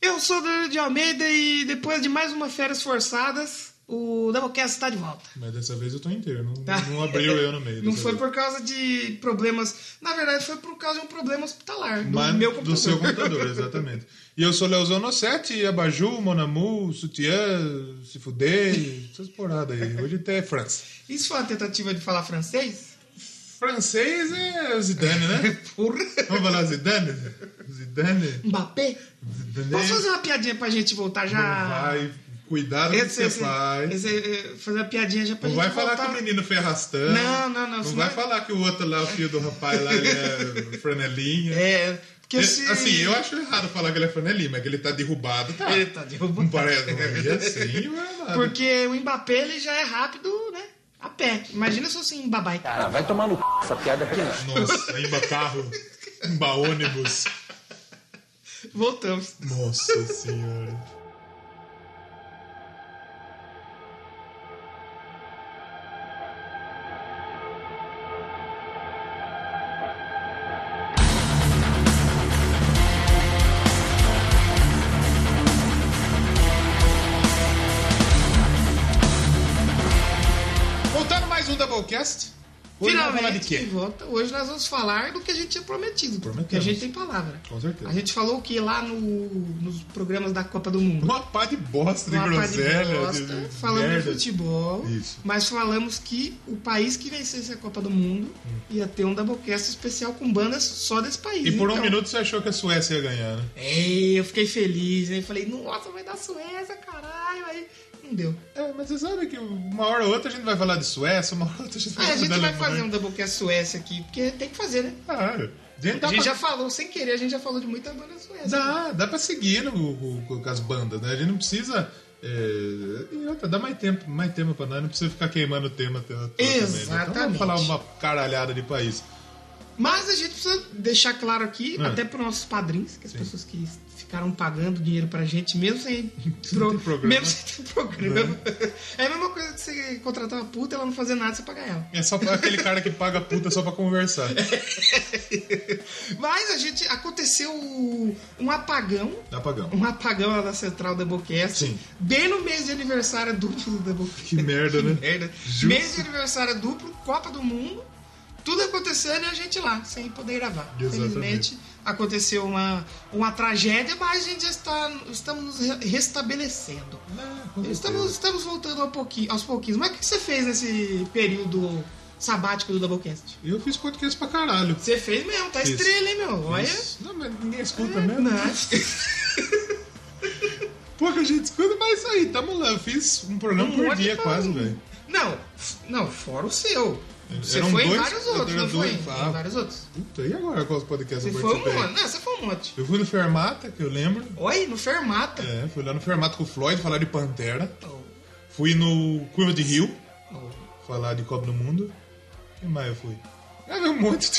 eu sou o Danilo de Almeida e depois de mais uma férias forçadas, o Doublecast está de volta. Mas dessa vez eu tô inteiro, não, Tá. não abriu eu no meio. Não dessa foi vez. por causa de problemas. Na verdade, foi por causa de um problema hospitalar. Do Mas meu computador. do seu computador, exatamente. E eu sou Leozão Nossetti, Abaju, Monamu, Sutiã, Se Fuder, essas porradas aí. Hoje até é França. Isso foi uma tentativa de falar francês? Francês é o Zidane, né? Porra. Vamos falar Zidane? Zidane? Mbappé? Zidane. Posso fazer uma piadinha pra gente voltar já? Vai, cuidado com o que Esse- você esse- faz. esse- eh, fazer uma piadinha já pra Não gente vai falar voltar. que o menino foi arrastando. Não, não, não, Não senão- vai falar que o outro lá, o filho do rapaz lá, ele é franelinha. É, porque É, se... Assim, eu acho errado falar que ele é franelinha, mas que ele tá derrubado, tá. Ele tá Não derrubando. parece. E assim, não é nada. Porque o Mbappé, ele já é rápido, né? A pé. Imagina se fosse um babai. Ah, vai tomar no c... essa piada aqui né? não. Nossa, emba carro, emba ônibus. Voltamos. Nossa senhora. Voltando mais um Doublecast. Hoje nós vamos falar de Finalmente, de quê? volta. Hoje nós vamos falar do que a gente tinha prometido. Porque a Prometemos. gente tem palavra. Com certeza. A gente falou o que lá no, nos programas da Copa do Mundo? Uma pá de bosta, de Uma pá de groselha, de, bosta, de falamos merda. de futebol, Isso. mas falamos que o país que vencesse a Copa do Mundo ia ter um Doublecast especial com bandas só desse país. Hum. E por um então. minuto você achou que a Suécia ia ganhar, né? Ei, eu fiquei feliz, hein? Falei, nossa, vai dar Suécia, caralho. Aí não deu. É, mas você sabe que uma hora ou outra a gente vai falar de Suécia, uma hora ou outra a gente vai Aí a falar gente da vai Alemanha. fazer um Doublecast Suécia aqui, porque tem que fazer, né? Então, Claro. A gente, dá, A gente pra... já falou, sem querer, a gente já falou de muita banda Suécia. Dá, dá pra seguir no, com, com- com as bandas, né? A gente não precisa... É... e outra, dá mais tempo, mais tempo pra nós, não precisa ficar queimando o tema. até- até também, né? Então Exatamente. vamos falar uma caralhada de país. Mas a gente precisa deixar claro aqui, É. até para nossos padrinhos, que as Sim. pessoas que ficaram pagando dinheiro pra gente, mesmo sem, pro- ter programa. Né? mesmo sem ter programa. É. a mesma coisa que você contratar uma puta e ela não fazer nada, você pagar ela. É só pra aquele cara que paga puta só pra conversar. Mas a gente. Aconteceu um apagão. Dá pagão. Um apagão lá da central da Bocast. Sim. Bem no mês de aniversário duplo da Bocast. Que merda, né? Merda. Justo. Mês de aniversário duplo, Copa do Mundo, tudo acontecendo e a gente lá, sem poder gravar. Exatamente. Felizmente aconteceu uma, uma tragédia, mas a gente já está, estamos nos re- restabelecendo. Não, com Estamos, certeza. estamos voltando ao pouquinho, aos pouquinhos. Mas o que você fez nesse período sabático do Doublecast? Eu fiz podcast pra caralho. Você fez mesmo, tá Fiz. estrela, hein, meu? Olha. Isso. Não, mas ninguém escuta É, mesmo. não. Pouca gente escuta, mas isso aí, tamo lá. Eu fiz um programa por monte dia de quase, coisa. velho. Não, f- não, fora o seu. Você Eram foi em dois- vários outros, eram não foi? dois- ah. Em vários outros. Puta, e agora qual os podcasts Você eu foi um participei? monte. Não, você foi um monte. Eu fui no Fermata, que eu lembro. Oi, no Fermata. É, fui lá no Fermata com o Floyd falar de Pantera. Oh, Fui no Curva de Rio oh. falar de Copa do Mundo. E mais eu fui? Ah, vi um monte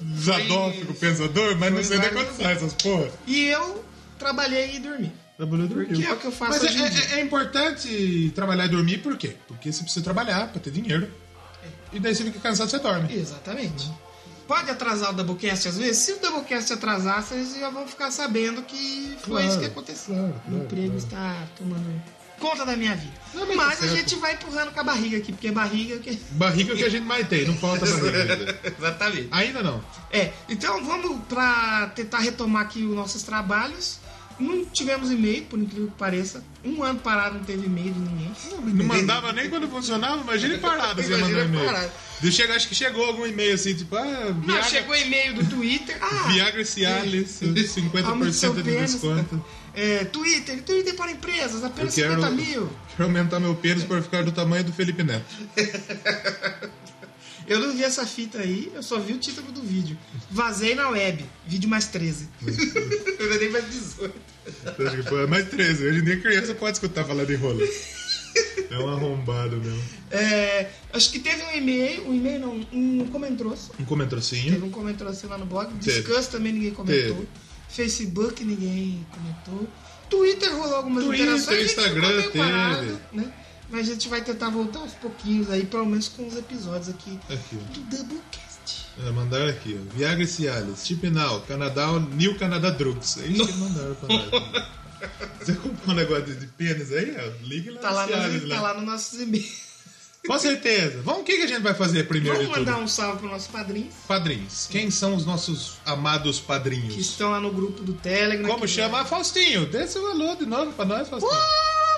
de Zadófico, pensador, mas não Foi sei nem vários- quando sai essas porra. E eu trabalhei e dormi. Trabalhou e dormiu. Porque é o que eu faço Mas hoje é, em dia. é- é importante trabalhar e dormir, por quê? Porque você precisa trabalhar pra ter dinheiro. É. E daí você fica cansado, você dorme. Exatamente. Pode atrasar o Doublecast às vezes? Se o Doublecast atrasar, vocês já vão ficar sabendo que foi Claro, isso que aconteceu. claro, o claro, emprego claro. está tomando conta da minha vida. Não, mas tá mas a certo. gente vai empurrando com a barriga aqui, porque barriga é o que. Barriga é o que a gente mais tem, não falta barriga ainda. Exatamente. Ainda não. É, então vamos para tentar retomar aqui os nossos trabalhos. Não tivemos e-mail, por incrível que pareça. Um ano parado não teve e-mail de ninguém. Não mandava nem quando funcionava, imagina parado você Imagina mandar um e-mail. parado. De chegar, acho que chegou algum e-mail assim, tipo, ah, Não, Viagra, chegou e-mail do Twitter. Ah, Viagra Cialis, 50% de pênis. desconto. É, Twitter, Twitter para empresas, Eu apenas quero, 50 mil. quero aumentar meu pênis para ficar do tamanho do Felipe Neto. Eu não vi essa fita aí, eu só vi o título do vídeo. Vazei na web, vídeo mais 13. Uhum. eu já dei mais 18. Eu Então, acho que foi mais 13. Hoje em dia criança pode escutar falar de rola. É um arrombado mesmo. É, acho que teve um e-mail, um e-mail não, um comentroço. Um Teve comentrocinho. um comentroço lá no blog. Teve. Discuss também ninguém comentou. Teve. Facebook ninguém comentou. Twitter rolou algumas Twitter, interações. a gente ficou Instagram meio teve. parado, né? Mas a gente vai tentar voltar aos pouquinhos aí, pelo menos com os episódios aqui Aqui, ó. do Doublecast. É, mandaram aqui, ó. Viagra Cialis, Chip Now, Canadá, New Canada Drugs. É isso que mandaram pra nós. Você comprou um negócio de- de pênis aí? ó, Liga lá Tá lá, nos nos, Ciares tá lá. lá nos nossos e-mails. Com certeza. Vamos, o que, que a gente vai fazer primeiro Vamos de tudo? mandar um salve para nossos padrinhos Padrinhos. Quem são os nossos amados padrinhos? que né? estão lá no grupo do Telegram. Como que- chama? Ah, Faustinho, dê seu alô de novo pra nós, Faustinho. Pô,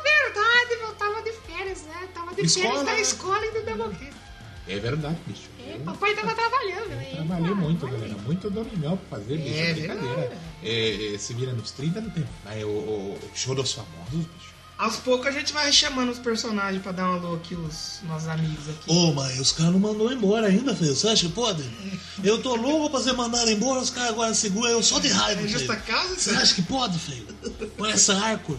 verdade, eu tava de férias, né? Tava de Escola, férias da né? escola e do Doublecast. É verdade, bicho. É, papai tava trabalhando, né? hein? Trabalhei muito, galera. Muito domingão pra fazer, bicho. É É brincadeira. verdade. É, é, se vira nos 30 não tem. Mas o, o, o show dos famosos, bicho. Aos poucos a gente vai chamando os personagens pra dar um alô aqui, os nossos amigos aqui. Ô, mas os caras não mandou embora ainda, filho. Você acha que pode? Eu tô louco pra você mandar embora, os caras agora seguram eu só de raiva, É filho. justa causa? Você acha que pode, filho? Com essa arco?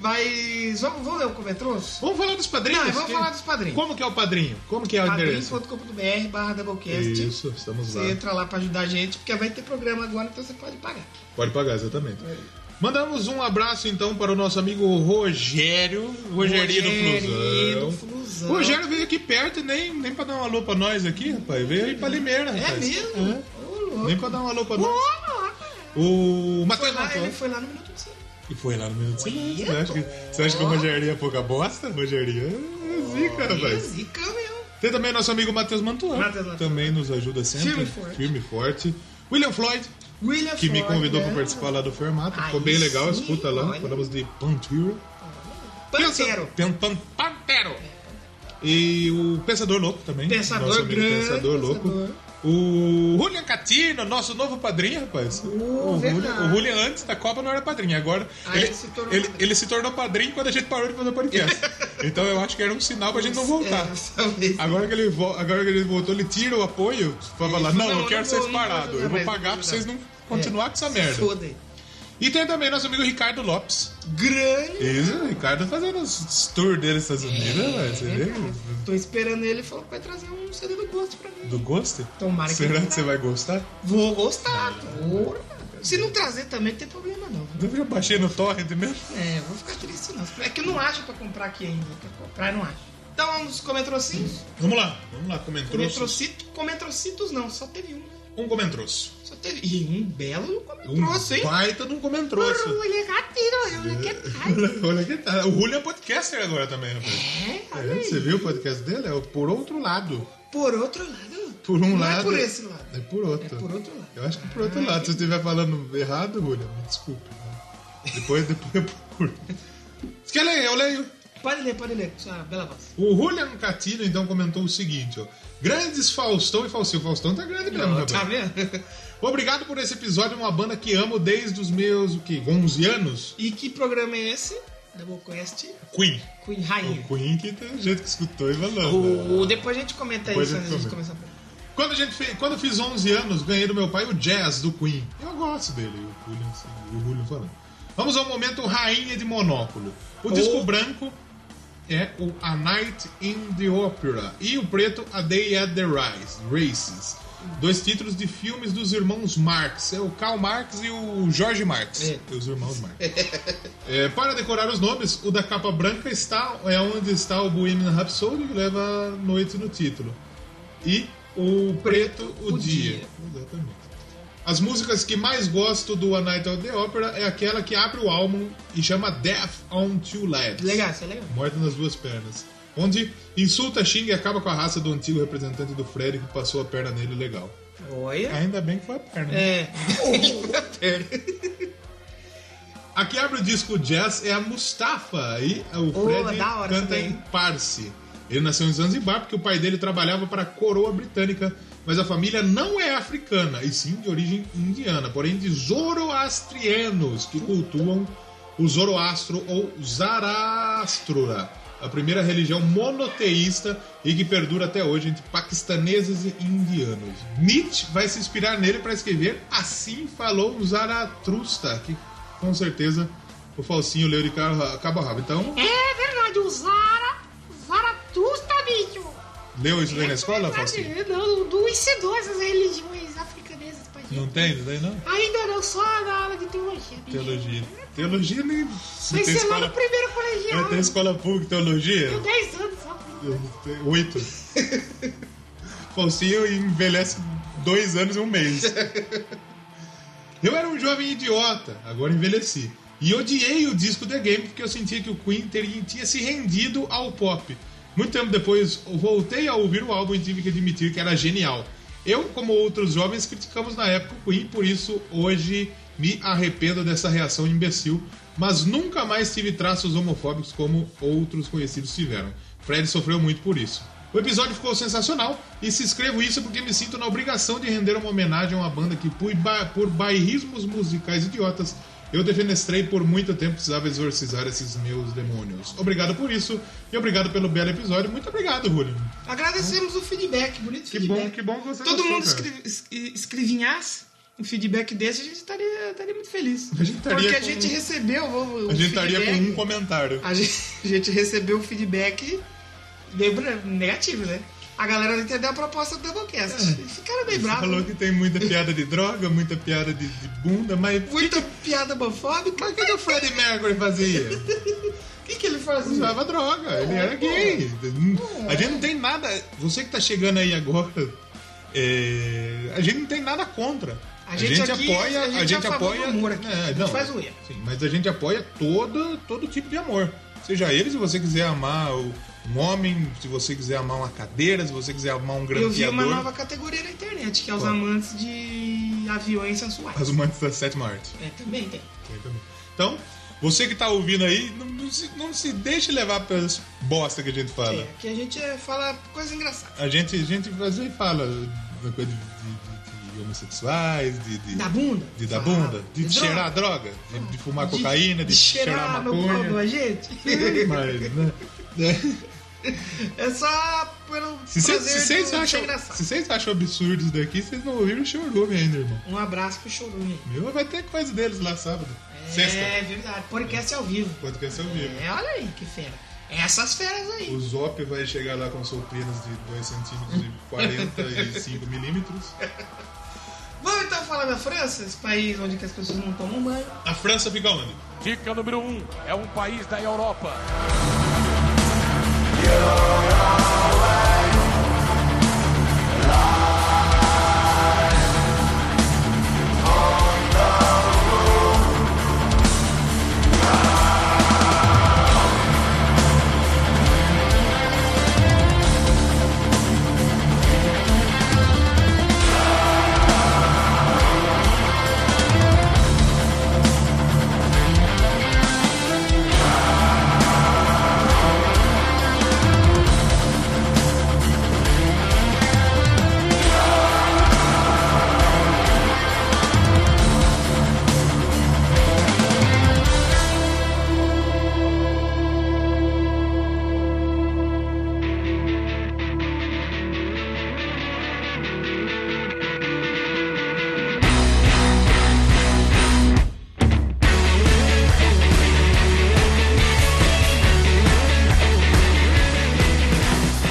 Mas vamos, vamos ler o Covetros? Vamos falar dos padrinhos? Não, vamos é que- falar dos padrinhos. Como que é o padrinho? Como que é o endereço? padrinho.com.br barra Doublecast. Isso, estamos lá. Você entra lá pra ajudar a gente, porque vai ter programa agora, então você pode pagar. Pode pagar, exatamente. É. Mandamos um abraço então para o nosso amigo Rogério. Rogerinho do Rogerinho Flusão. do Flusão. O Rogério veio aqui perto e nem, nem pra dar um alô pra nós aqui, rapaz. Veio aí pra Limeira, É rapaz. mesmo? Ô, É. louco. Nem pra dar um alô pra Ô, nós. louco. O Foi Matheus lá, ele Antônio. foi lá no Minuto do Silêncio. E foi lá no Minuto Silêncio. Você Olha, acha, que, você acha que o Rogerinho é pouca bosta? Rogerinho é zica, rapaz. Zica mesmo. Tem também nosso amigo Matheus Mantuan. Matheus Mantuan. Também nos ajuda sempre. Firme e forte. Firme e forte. William Floyd, William que me Ford, convidou né? pra participar lá do formato. Ficou Aí bem legal, sim, escuta lá. olha. Falamos de Pantera. Pantero. Pensa- um Pan- Pantero. E o Pensador Louco também. Pensador nosso amigo grande, Pensador Louco. Pensador. O Julian Catino, nosso novo padrinho, rapaz. o, Uh, verdade. Julian, o Julian antes da Copa não era padrinho. Agora Aí ele, ele se tornou ele, padrinho. ele se tornou padrinho quando a gente parou de fazer podcast. então eu acho que era um sinal pra gente não voltar. É, Ah, dessa vez. Agora que, ele vo- agora que ele voltou, ele tira o apoio pra falar: Isso, Não, não, eu não quero É. vocês vou- não vou parados. ajudar Eu vou mais, pagar não pra vou vocês ajudar. não continuar com essa merda. Foda aí. E tem também nosso amigo Ricardo Lopes. Grande. Isso, o Ricardo fazendo os tours dele nos Estados Unidos, né, você É, cara, vê? Tô esperando ele, falou que vai trazer um CD do Ghost pra mim. Do gosto? Tomara que Será ele- que você vai gostar? Vou gostar, porra. Se não trazer também, não tem problema não. Eu já baixei no torrent mesmo. É, vou ficar triste não. É que eu não acho pra comprar aqui ainda. Pra comprar, eu não acho. Então vamos nos comentrocinhos. Vamos lá, vamos lá, comentroços. Comentrocito, comentrocitos não, só teve um. né? Um comentroço. Só teve. E um belo Um comentroço, hein? baita de um comentroço. é Olha, gatilho, olha que É. tal. Olha que tá. O Julio é podcaster agora também, rapaz. É, É, olha aí. você viu o podcast dele? É o por outro lado. Por outro lado. Por um não lado. É por esse lado. É por outro. É por outro lado. Eu acho que é por outro lado. Se eu estiver falando errado, Julio, me desculpe. né? Depois, depois eu procuro. Você quer ler? Eu leio. Pode ler, pode ler, com sua bela voz. O Julian Catino então comentou o seguinte, ó. Grandes Faustão e Faustinho. Faustão tá grande mesmo, rapaz. Tá vendo? Obrigado por esse episódio, uma banda que amo desde os meus, o quê? 11 anos? E que programa é esse? Doublecast Queen. Queen Rainha. O Queen que tem um jeito que escutou e falou. né? O, depois a gente comenta Depois isso a gente antes de comenta. começar. Quando, a gente fez, quando eu fiz 11 anos, ganhei do meu pai o jazz do Queen. Eu gosto dele, o Julian, assim, o Julian falando. Vamos ao momento Rainha de Monóculo. O disco branco é o A Night in the Opera e o preto A Day at the Rise, Races. Dois títulos de filmes dos irmãos Marx. É o Karl Marx e o Jorge Marx. É. Os irmãos Marx. É, para decorar os nomes, o da capa branca está é onde está o Bohemian Rhapsody que leva noite no título. E o preto, o, o dia. dia. Exatamente. As músicas que mais gosto do A Night of the Opera é aquela que abre o álbum e chama Death on Two Legs. Legal, isso é legal. Morta nas duas pernas. Onde insulta, xinga e acaba com a raça do antigo representante do Fred que passou a perna nele legal. Olha. Ainda bem que foi a perna. né? É. Perna. A que abre o disco jazz é a Mustafa. E o Boa, Fred da hora canta também. em Parsi. Ele nasceu em Zanzibar porque o pai dele trabalhava para a coroa britânica, mas a família não é africana, e sim de origem indiana, porém de zoroastrianos, que cultuam o Zoroastro ou Zarastrura, a primeira religião monoteísta e que perdura até hoje entre paquistaneses e indianos. Nietzsche vai se inspirar nele para escrever Assim Falou Zaratrusta, que com certeza o Falsinho leu de ca- cabo a rabo. Então, É verdade, o Zara. Zaratusta, bicho! É Leu isso daí na escola, Verdade, né? Faustinho? não, não ensinou essas religiões africanesas pra gente. Não tem isso daí, não? Ainda não, só na aula de teologia. bicho. Teologia. Teologia nem. Vai Vai ser lá no primeiro colegial. Vai ter É, escola pública, teologia? Tenho 10 anos só. Oito. Faustinho envelhece dois anos e um mês. Eu era um jovem idiota, agora envelheci. E odiei o disco The Game porque eu sentia que o Queen teria, tinha se rendido ao pop. Muito tempo depois, eu voltei a ouvir o álbum e tive que admitir que era genial. Eu, como outros jovens, criticamos na época o Queen, por isso hoje me arrependo dessa reação imbecil, mas nunca mais tive traços homofóbicos como outros conhecidos tiveram. Fred sofreu muito por isso. O episódio ficou sensacional e se escrevo isso porque me sinto na obrigação de render uma homenagem a uma banda que, por, ba por bairrismos musicais idiotas, eu defenestrei por muito tempo, precisava exorcizar esses meus demônios. Obrigado por isso e obrigado pelo belo episódio. Muito obrigado, Julio. Agradecemos o feedback, bonito Que feedback. bom, que bom que você Todo gostou, mundo cara. escre- es- escrevinhasse um feedback desse, a gente estaria, estaria muito feliz. A gente estaria Porque a com- um- gente recebeu o, o A gente estaria com feedback. um comentário. A gente, a gente recebeu o feedback bem bra- negativo, né? A galera não entendeu a proposta do Doublecast. E Ficaram bem É. Você falou bravos. que tem muita piada de droga, muita piada de, de bunda, mas o Muita piada bofóbica. que, que o Freddie Mercury fazia? O que, que ele fazia? Usava droga, ele era gay. É. A gente não tem nada. Você que tá chegando aí agora, é, a gente não tem nada contra. A gente aqui- apoia, a gente é a favor do amor aqui. É, Não faz zoeira. Sim, mas a gente apoia todo, todo tipo de amor. Seja ele, se você quiser amar o- um homem, se você quiser amar uma cadeira, se você quiser amar um Eu grampeador. vi uma nova categoria na internet, que é os Qual? amantes de aviões sensuais. As humanas da sétima arte. É, também tem. Tem também. Então, você que tá ouvindo aí, não, não se, não se deixe levar pelas bosta que a gente fala. É, que a gente é, fala coisa engraçada. A gente, a gente às vezes fala da coisa de, de- de- de homossexuais, de, de, Da bunda. de dar Fala. bunda, de, droga. cheirar droga, de, de fumar De- cocaína, de, de cheirar, no maconha. cu da gente. Mas, né? É só pelo Se prazer vocês- se vocês do- de ser acham, engraçado. se vocês acham absurdo isso daqui, vocês não ouviram o chorume ainda, irmão. Um abraço pro Chorume. Meu, vai ter coisa deles lá sábado. Sexta. É verdade, podcast ao vivo. Podcast ao vivo. É, olha aí que fera. É Essas feras aí. O Zop vai chegar lá com soprinas de 2 centímetros e 45 milímetros. Vamos então falar da França, esse país onde que as pessoas não tomam banho. A França fica onde? Dica número um, é um país da Europa.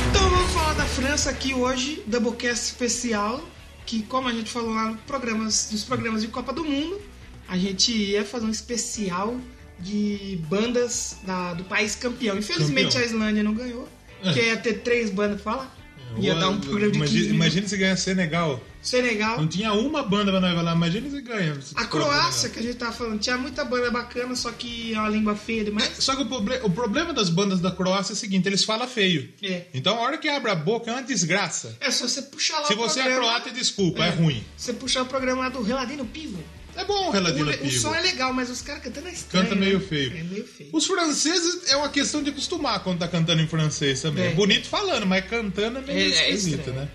Então vamos falar da França aqui hoje, Doublecast especial, que como a gente falou lá no programas, nos programas de Copa do Mundo, a gente ia fazer um especial de bandas da- do país campeão. Infelizmente Campeão. a Islândia não ganhou, É. porque ia ter três bandas pra falar. Ia dar um programa de 15 imagina, minutos. imagina se ganha Senegal. Senegal. Não tinha uma banda pra nós falar. Imagina se ganha. se A for Croácia, Senegal. que a gente tava falando, tinha muita banda bacana, só que é uma língua feia demais. Só que o, proble- o problema das bandas da Croácia é o seguinte: eles falam feio. É. Então a hora que abre a boca é uma desgraça. É só você puxar lá Se o você é programa. croata, desculpa, é, ruim. Você puxar o programa lá do Reladinho Pivo. É bom o O, Reladino le- o Pivo. som é legal, mas os caras cantando é estranho. Canta meio né? feio. É meio feio. Os franceses é uma questão de acostumar quando tá cantando em francês também. É. É bonito falando, mas cantando é meio É, é esquisito, estranho. né?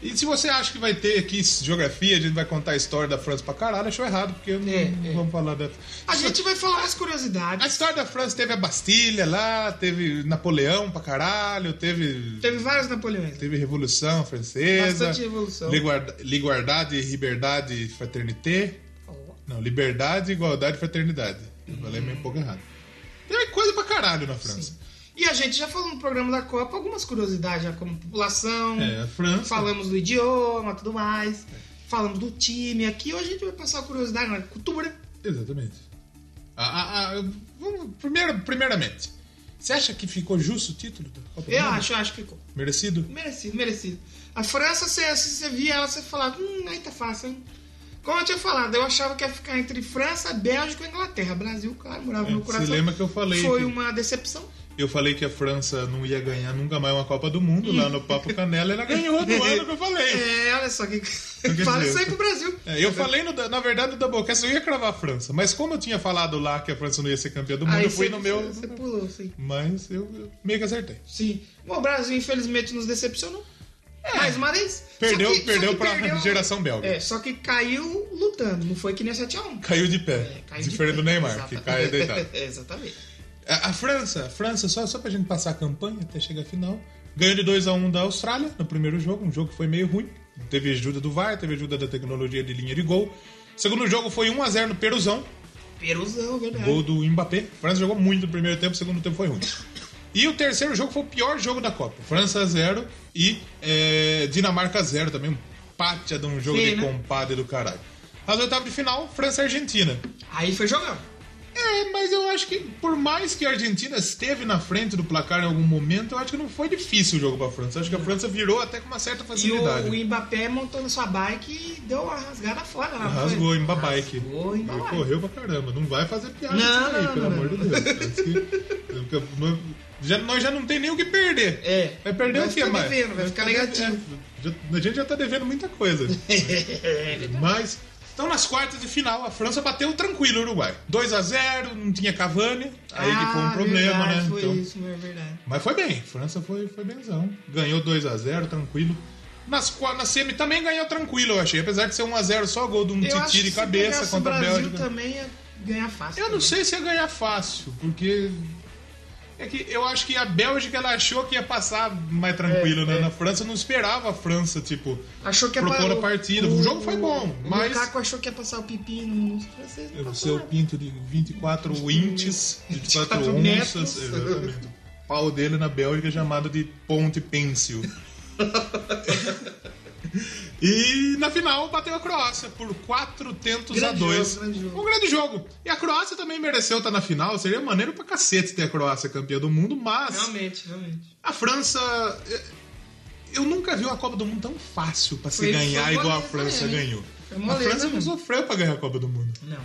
E se você acha que vai ter aqui geografia, a gente vai contar a história da França pra caralho, achou errado, porque não, É, não é. vamos falar da. A gente vai falar as A curiosidades. história da França teve a Bastilha lá, teve Napoleão pra caralho, teve. Teve vários Napoleões. né? Teve Revolução Francesa. Bastante Revolução. Liguarda- Liguardade, Liberdade e Fraternité. Ó, Não, liberdade, igualdade e fraternidade. Eu falei Hum. meio um pouco errado. Tem coisa pra caralho na França. E a gente já falou no programa da Copa algumas curiosidades, já como população, É, a França. falamos do idioma tudo mais, falamos do time. Aqui hoje a gente vai passar curiosidade na cultura. Exatamente. Ah, A, a- a- vamos- primeiro, primeiramente, você acha que ficou justo o título da Copa do Eu Mundo? acho, eu acho que ficou. Merecido? assim, Merecido, merecido. A França, você, você via ela, você falava, hum, aí tá é fácil, hein? Como eu tinha falado, eu achava que ia ficar entre França, Bélgica e Inglaterra. Brasil, claro, morava no É, coração. se lembra que eu falei Foi que- uma decepção. Eu falei que a França não ia ganhar nunca mais uma Copa do Mundo lá no Papo Canela, ela ganhou do ano que eu falei. É, olha só que. quer Fala dizer- isso aí pro Brasil. É, eu falei, no, na verdade, no Doublecast eu ia cravar a França, mas como eu tinha falado lá que a França não ia ser campeã do mundo, eu fui você- no meu. Você pulou, sim. Mas eu, eu meio que acertei. Sim. Bom, o Brasil, infelizmente, nos decepcionou. Mais uma vez. É. Perdeu- Só que- só perdeu que pra geração belga. É, só que caiu lutando. Não foi que nem 7x1. Caiu de pé. É, caiu de diferente pé. do Neymar, Exata- que cai deitado. É, Exatamente. A, a França, a França, só, só pra gente passar a campanha até chegar à final, ganhou de 2x1 da Austrália no primeiro jogo, um jogo que foi meio ruim. Teve ajuda do VAR, teve ajuda da tecnologia de linha de gol. Segundo jogo foi 1x0 no Peruzão, Peruzão, verdade. gol do Mbappé. A França jogou muito no primeiro tempo, o segundo tempo foi ruim. E o terceiro jogo foi o pior jogo da Copa. França 0 e é, Dinamarca 0 também. Um pátia de um jogo Sim, de né? compadre do caralho. As oitavas de final, França e Argentina. Aí foi jogando. É, mas eu acho que por mais que a Argentina esteve na frente do placar em algum momento, eu acho que não foi difícil o jogo pra França. Eu acho que a França virou até com uma certa E facilidade. o, o Mbappé montou na sua bike e deu uma rasgada fora. lá, não Ah, foi? Rasgou em babike. Rasgou em Ele Babaique. correu pra caramba. Não vai fazer piada Não, disso aí, não, pelo não, amor não. de Deus. Parece que- eu- eu- já- nós já não tem nem o que perder. É. Vai perder Vai o que ficar mais? devendo, vai ficar negativo. É, É, já- a gente já tá devendo muita coisa. Mas. Então, nas quartas de final, a França bateu tranquilo o Uruguai. 2x0, não tinha Cavani. Aí que foi um Ah, problema, verdade, né? Foi Então- isso, é verdade. mas foi bem, França foi, foi benzão. Ganhou 2x0, tranquilo. Nas, qua- na semi também ganhou tranquilo, eu achei. Apesar de ser 1x0 só gol de um Eu acho que titi de se pegasse cabeça o contra a Brasil Bélgica. também ia ganhar fácil. Eu não sei se ia ganhar fácil, porque. É que eu acho que a Bélgica ela achou que ia passar mais tranquilo, É, né? Na França eu não esperava a França, tipo. Achou que ia propor pa- a partida. O jogo foi bom, mas- O Lukaku achou que ia passar o pepino nos franceses. não O passou seu nada. pinto de 24 inches, 24, 24 onças. metros. Exatamente. O pau dele na Bélgica é chamado de Ponte Pêncil. e na final bateu a Croácia por 4 tentos a Grande 2. jogo, grande jogo. Um grande jogo. E a Croácia também mereceu estar na final. Seria maneiro pra cacete ter a Croácia campeã do mundo, mas Realmente, realmente. a França. eh, Eu nunca vi uma Copa do Mundo tão fácil pra se Foi- ganhar foi igual a moleza, França né? ganhou. Foi a moleza França não mesmo. sofreu pra ganhar a Copa do Mundo. Não.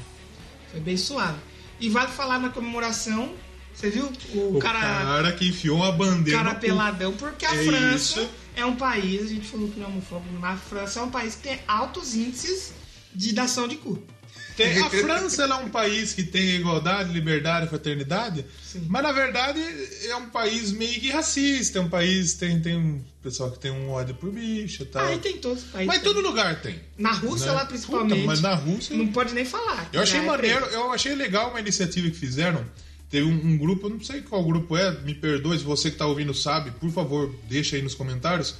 Foi bem suave. E vale falar na comemoração. Você viu o, O cara, cara, que enfiou uma bandeira. cara no cu. peladão? Porque a É França isso. é um país, a gente falou que não é homofóbico, mas a França é um país que tem altos índices de dação de cu. Tem- a França ela é um país que tem igualdade, liberdade, fraternidade, Sim. mas na verdade é um país meio que racista, é um país tem tem um pessoal que tem um ódio por bicho, e tal. Aí Ah, tem todos os países. Tá. mas em todo lugar tem. Na Rússia né? lá principalmente. Puta, mas na Rússia Não pode nem falar. Eu achei Já é maneiro, preto. eu achei legal uma iniciativa que fizeram. Teve um, um grupo, eu não sei qual grupo é, me perdoe se você que tá ouvindo sabe, por favor, deixa aí nos comentários.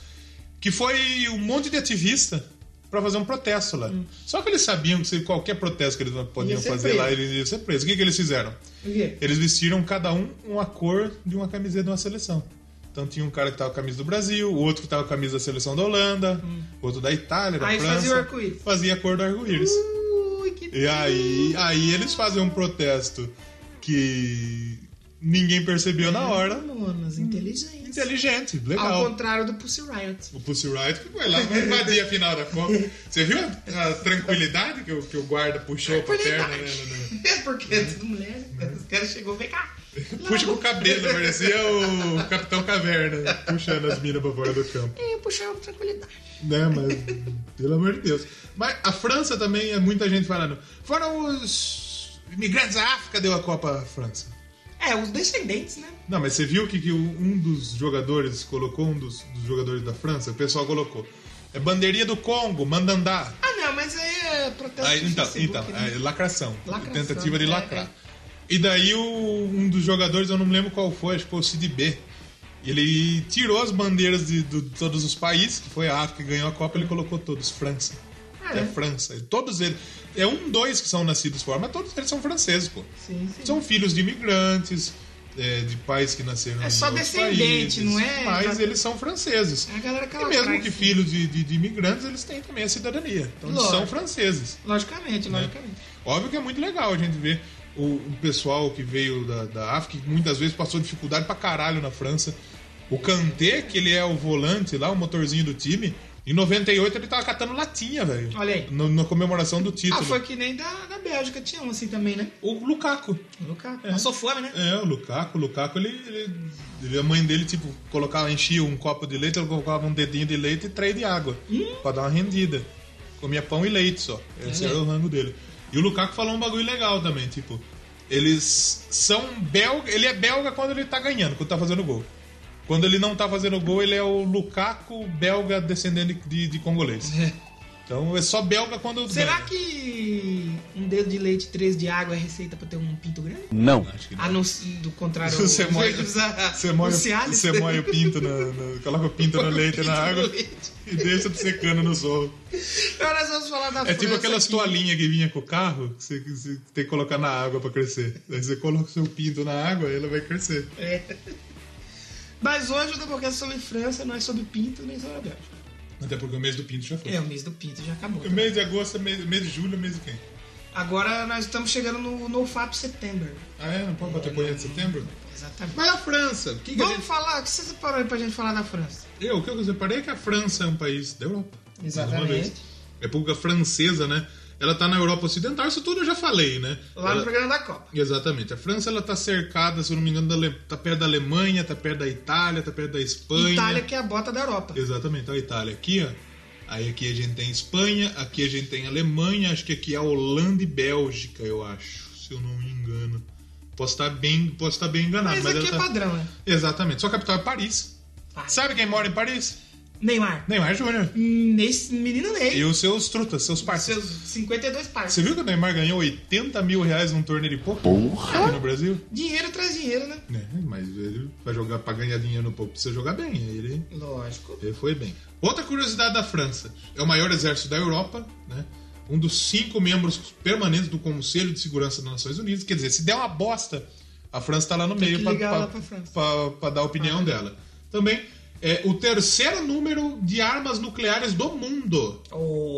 Que foi um monte de ativista pra fazer um protesto lá. Só que eles sabiam que se qualquer protesto que eles podiam Hum. ser fazer preso. lá, eles iam ser presos. O que, que eles fizeram? O quê? Eles vestiram cada um uma cor de uma camiseta de uma seleção. Então tinha um cara que tava com a camisa do Brasil, o outro que tava com a camisa da seleção da Holanda, outro da Itália, da Hum. Aí França. fazia o arco-íris. Fazia a cor do arco-íris. Ui, que E aí, aí eles fazem um protesto que ninguém percebeu na hora. Mamonas, inteligentes. Inteligente, Ao legal. contrário do Pussy Riot. O Pussy Riot que foi lá, vai invadir a final da Copa. Você viu a, a tranquilidade que o, que o guarda puxou pra perna? Né, né, É porque é tudo mulher. Os caras chegou, vem cá. né? Puxa com o cabelo, parecia o Capitão Caverna, né? puxando as minas pra fora do campo. E puxar É, com tranquilidade. Né, mas pelo amor de Deus. Mas a França também é muita gente falando. Foram os imigrantes da África deu a Copa à França. É, os descendentes, né? Não, mas você viu o que, que o- um dos jogadores colocou, um dos, dos jogadores da França, o pessoal colocou. É bandeirinha do Congo, mandandá. Ah, não, mas aí é protesto Aí, de então, Facebook, então né? é lacração, Lacração, Tentativa de é, lacrar. é. E daí o- um dos jogadores, eu não me lembro qual foi, acho que foi o Cid B. Ele tirou as bandeiras de, do- de todos os países, que foi a África que ganhou a Copa, ele colocou todos, França. Ah, é. é? França. Todos eles. É um, dois que são nascidos fora, mas todos eles são franceses, pô. Sim, sim. São filhos de imigrantes, é, de pais que nasceram É em só outros descendente, países, não é? Mas Exato. eles são franceses. É a galera que E ela mesmo traz, que né? filhos de, de- de imigrantes, eles têm também a cidadania. Então eles Lógico. são franceses. Logicamente, Né? logicamente. Óbvio que é muito legal a gente ver o, o pessoal que veio da, da África, que muitas vezes passou dificuldade pra caralho na França. O Kanté, que ele é o volante lá, o motorzinho do time, Em 98 ele tava catando latinha, velho. Olha aí. No- na comemoração do título. Ah, foi que nem da, da Bélgica, tinha um assim também, né? O Lukaku. Nunca. Passou fome, né? Uhum. É, o Lukaku, o Lukaku, ele, ele- ele- a mãe dele, tipo, colocava, enchia um copo de leite, ela colocava um dedinho de leite e três de água, Hum? pra dar uma rendida. Comia pão e leite só. É. Esse era o rango dele. E o Lukaku falou um bagulho legal também, tipo, eles são belga, ele é belga quando ele tá ganhando, quando tá fazendo gol. Quando ele não tá fazendo gol, ele é o Lukaku belga descendente de, de congolês. Então é só belga quando. Será ganha. que um dedo de leite e três de água é receita pra ter um pinto grande? Não. Acho que não. A não ser do contrário. Você o molha, verde usa- você o molha, Cialis, você né? molha o pinto, na, na- coloca o pinto Põe na o leite pinto na no água leite. e deixa de secando no sol. Agora nós vamos falar da É tipo França aquelas aqui. toalhinhas que vinha com o carro, que você, que você tem que colocar na água pra crescer. Aí você coloca o seu pinto na água e ela vai crescer. Mas hoje né, o Democracia sobre França não é sobre pinto nem sobre a Bélgica. Até porque o mês do pinto já foi. É, o mês do pinto já acabou. O mês de agosto, é mês, mês de julho, é mês de quem? Agora nós estamos chegando no, no Fato Setembro. Ah, é? Não pode bater punheta de setembro? Exatamente. Mas a França, o que, que a Vamos gente... falar, o que você separou aí pra gente falar da França? Eu, o que eu separei é que a França é um país da Europa. Mais uma Exatamente. vez. República Francesa, né? Ela tá na Europa Ocidental, isso tudo eu já falei, né? Lá Ela- no programa da Copa. Exatamente. A França ela tá cercada, se eu não me engano, da Ale- tá perto da Alemanha, tá perto da Itália, tá perto da Espanha. Itália, que é a bota da Europa. Exatamente, ó, a Itália aqui, ó. Aí aqui a gente tem Espanha, aqui a gente tem Alemanha, acho que aqui é a Holanda e Bélgica, eu acho, se eu não me engano. Posso estar bem, posso estar bem enganado, Mas mas, aqui é ela tá... padrão, né? Exatamente. Só a capital é Paris. Vai. Sabe quem mora em Paris? Neymar. Hum, Neymar Júnior. Nesse menino Ney. E os seus trutas, seus parceiros. Seus 52 partes. Você viu que o Neymar ganhou 80 mil reais num torneio de poker? Porra! Aqui no Brasil? Dinheiro traz dinheiro, né? né? Mas ele vai jogar pra ganhar dinheiro no pouco, precisa jogar bem. aí Ele, Lógico. ele foi bem. Outra curiosidade da França: é o maior exército da Europa, né? Um dos cinco membros permanentes do Conselho de Segurança das Nações Unidas. Quer dizer, se der uma bosta, a França tá lá no meio que pra, ligar pra- lá pra França. Ah, é. pra- pra dar a opinião dela. Também é o terceiro número de armas nucleares do mundo.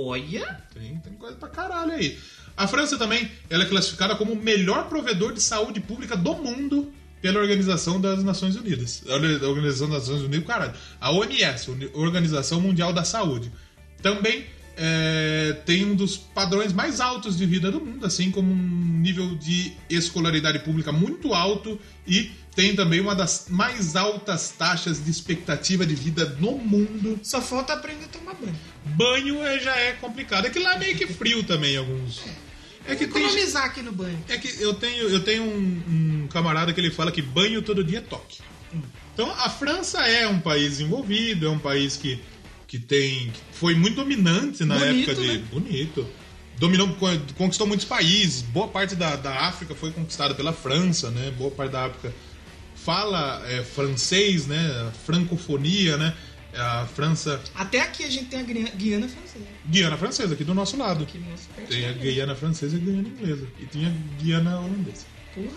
Olha. Tem, tem coisa pra caralho aí. A França também ela é classificada como o melhor provedor de saúde pública do mundo pela Organização das Nações Unidas. A Or- a Organização das Nações Unidas, caralho. A OMS, Uni- Organização Mundial da Saúde. Também é, tem um dos padrões mais altos de vida do mundo, assim como um nível de escolaridade pública muito alto e tem também uma das mais altas taxas de expectativa de vida no mundo. Só falta aprender a tomar banho. Banho é- já é complicado. É que lá é meio que frio também, alguns. É que tem. gente- Economizar aqui no banho. É que eu tenho, eu tenho um, um camarada que ele fala que banho todo dia é toque. Hum. Então a França é um país envolvido, é um país que, que tem. que foi muito dominante na Bonito, época de. né? Bonito. Dominou, con- conquistou muitos países. Boa parte da, da África foi conquistada pela França, né? Boa parte da África fala é, francês, né? Francofonia, né? A França. Até aqui a gente tem a Guiana, Guiana Francesa. Guiana Francesa, aqui do nosso lado. Que nosso pertinho. Tem a Guiana francesa e a Guiana inglesa. E tinha Guiana holandesa. Porra.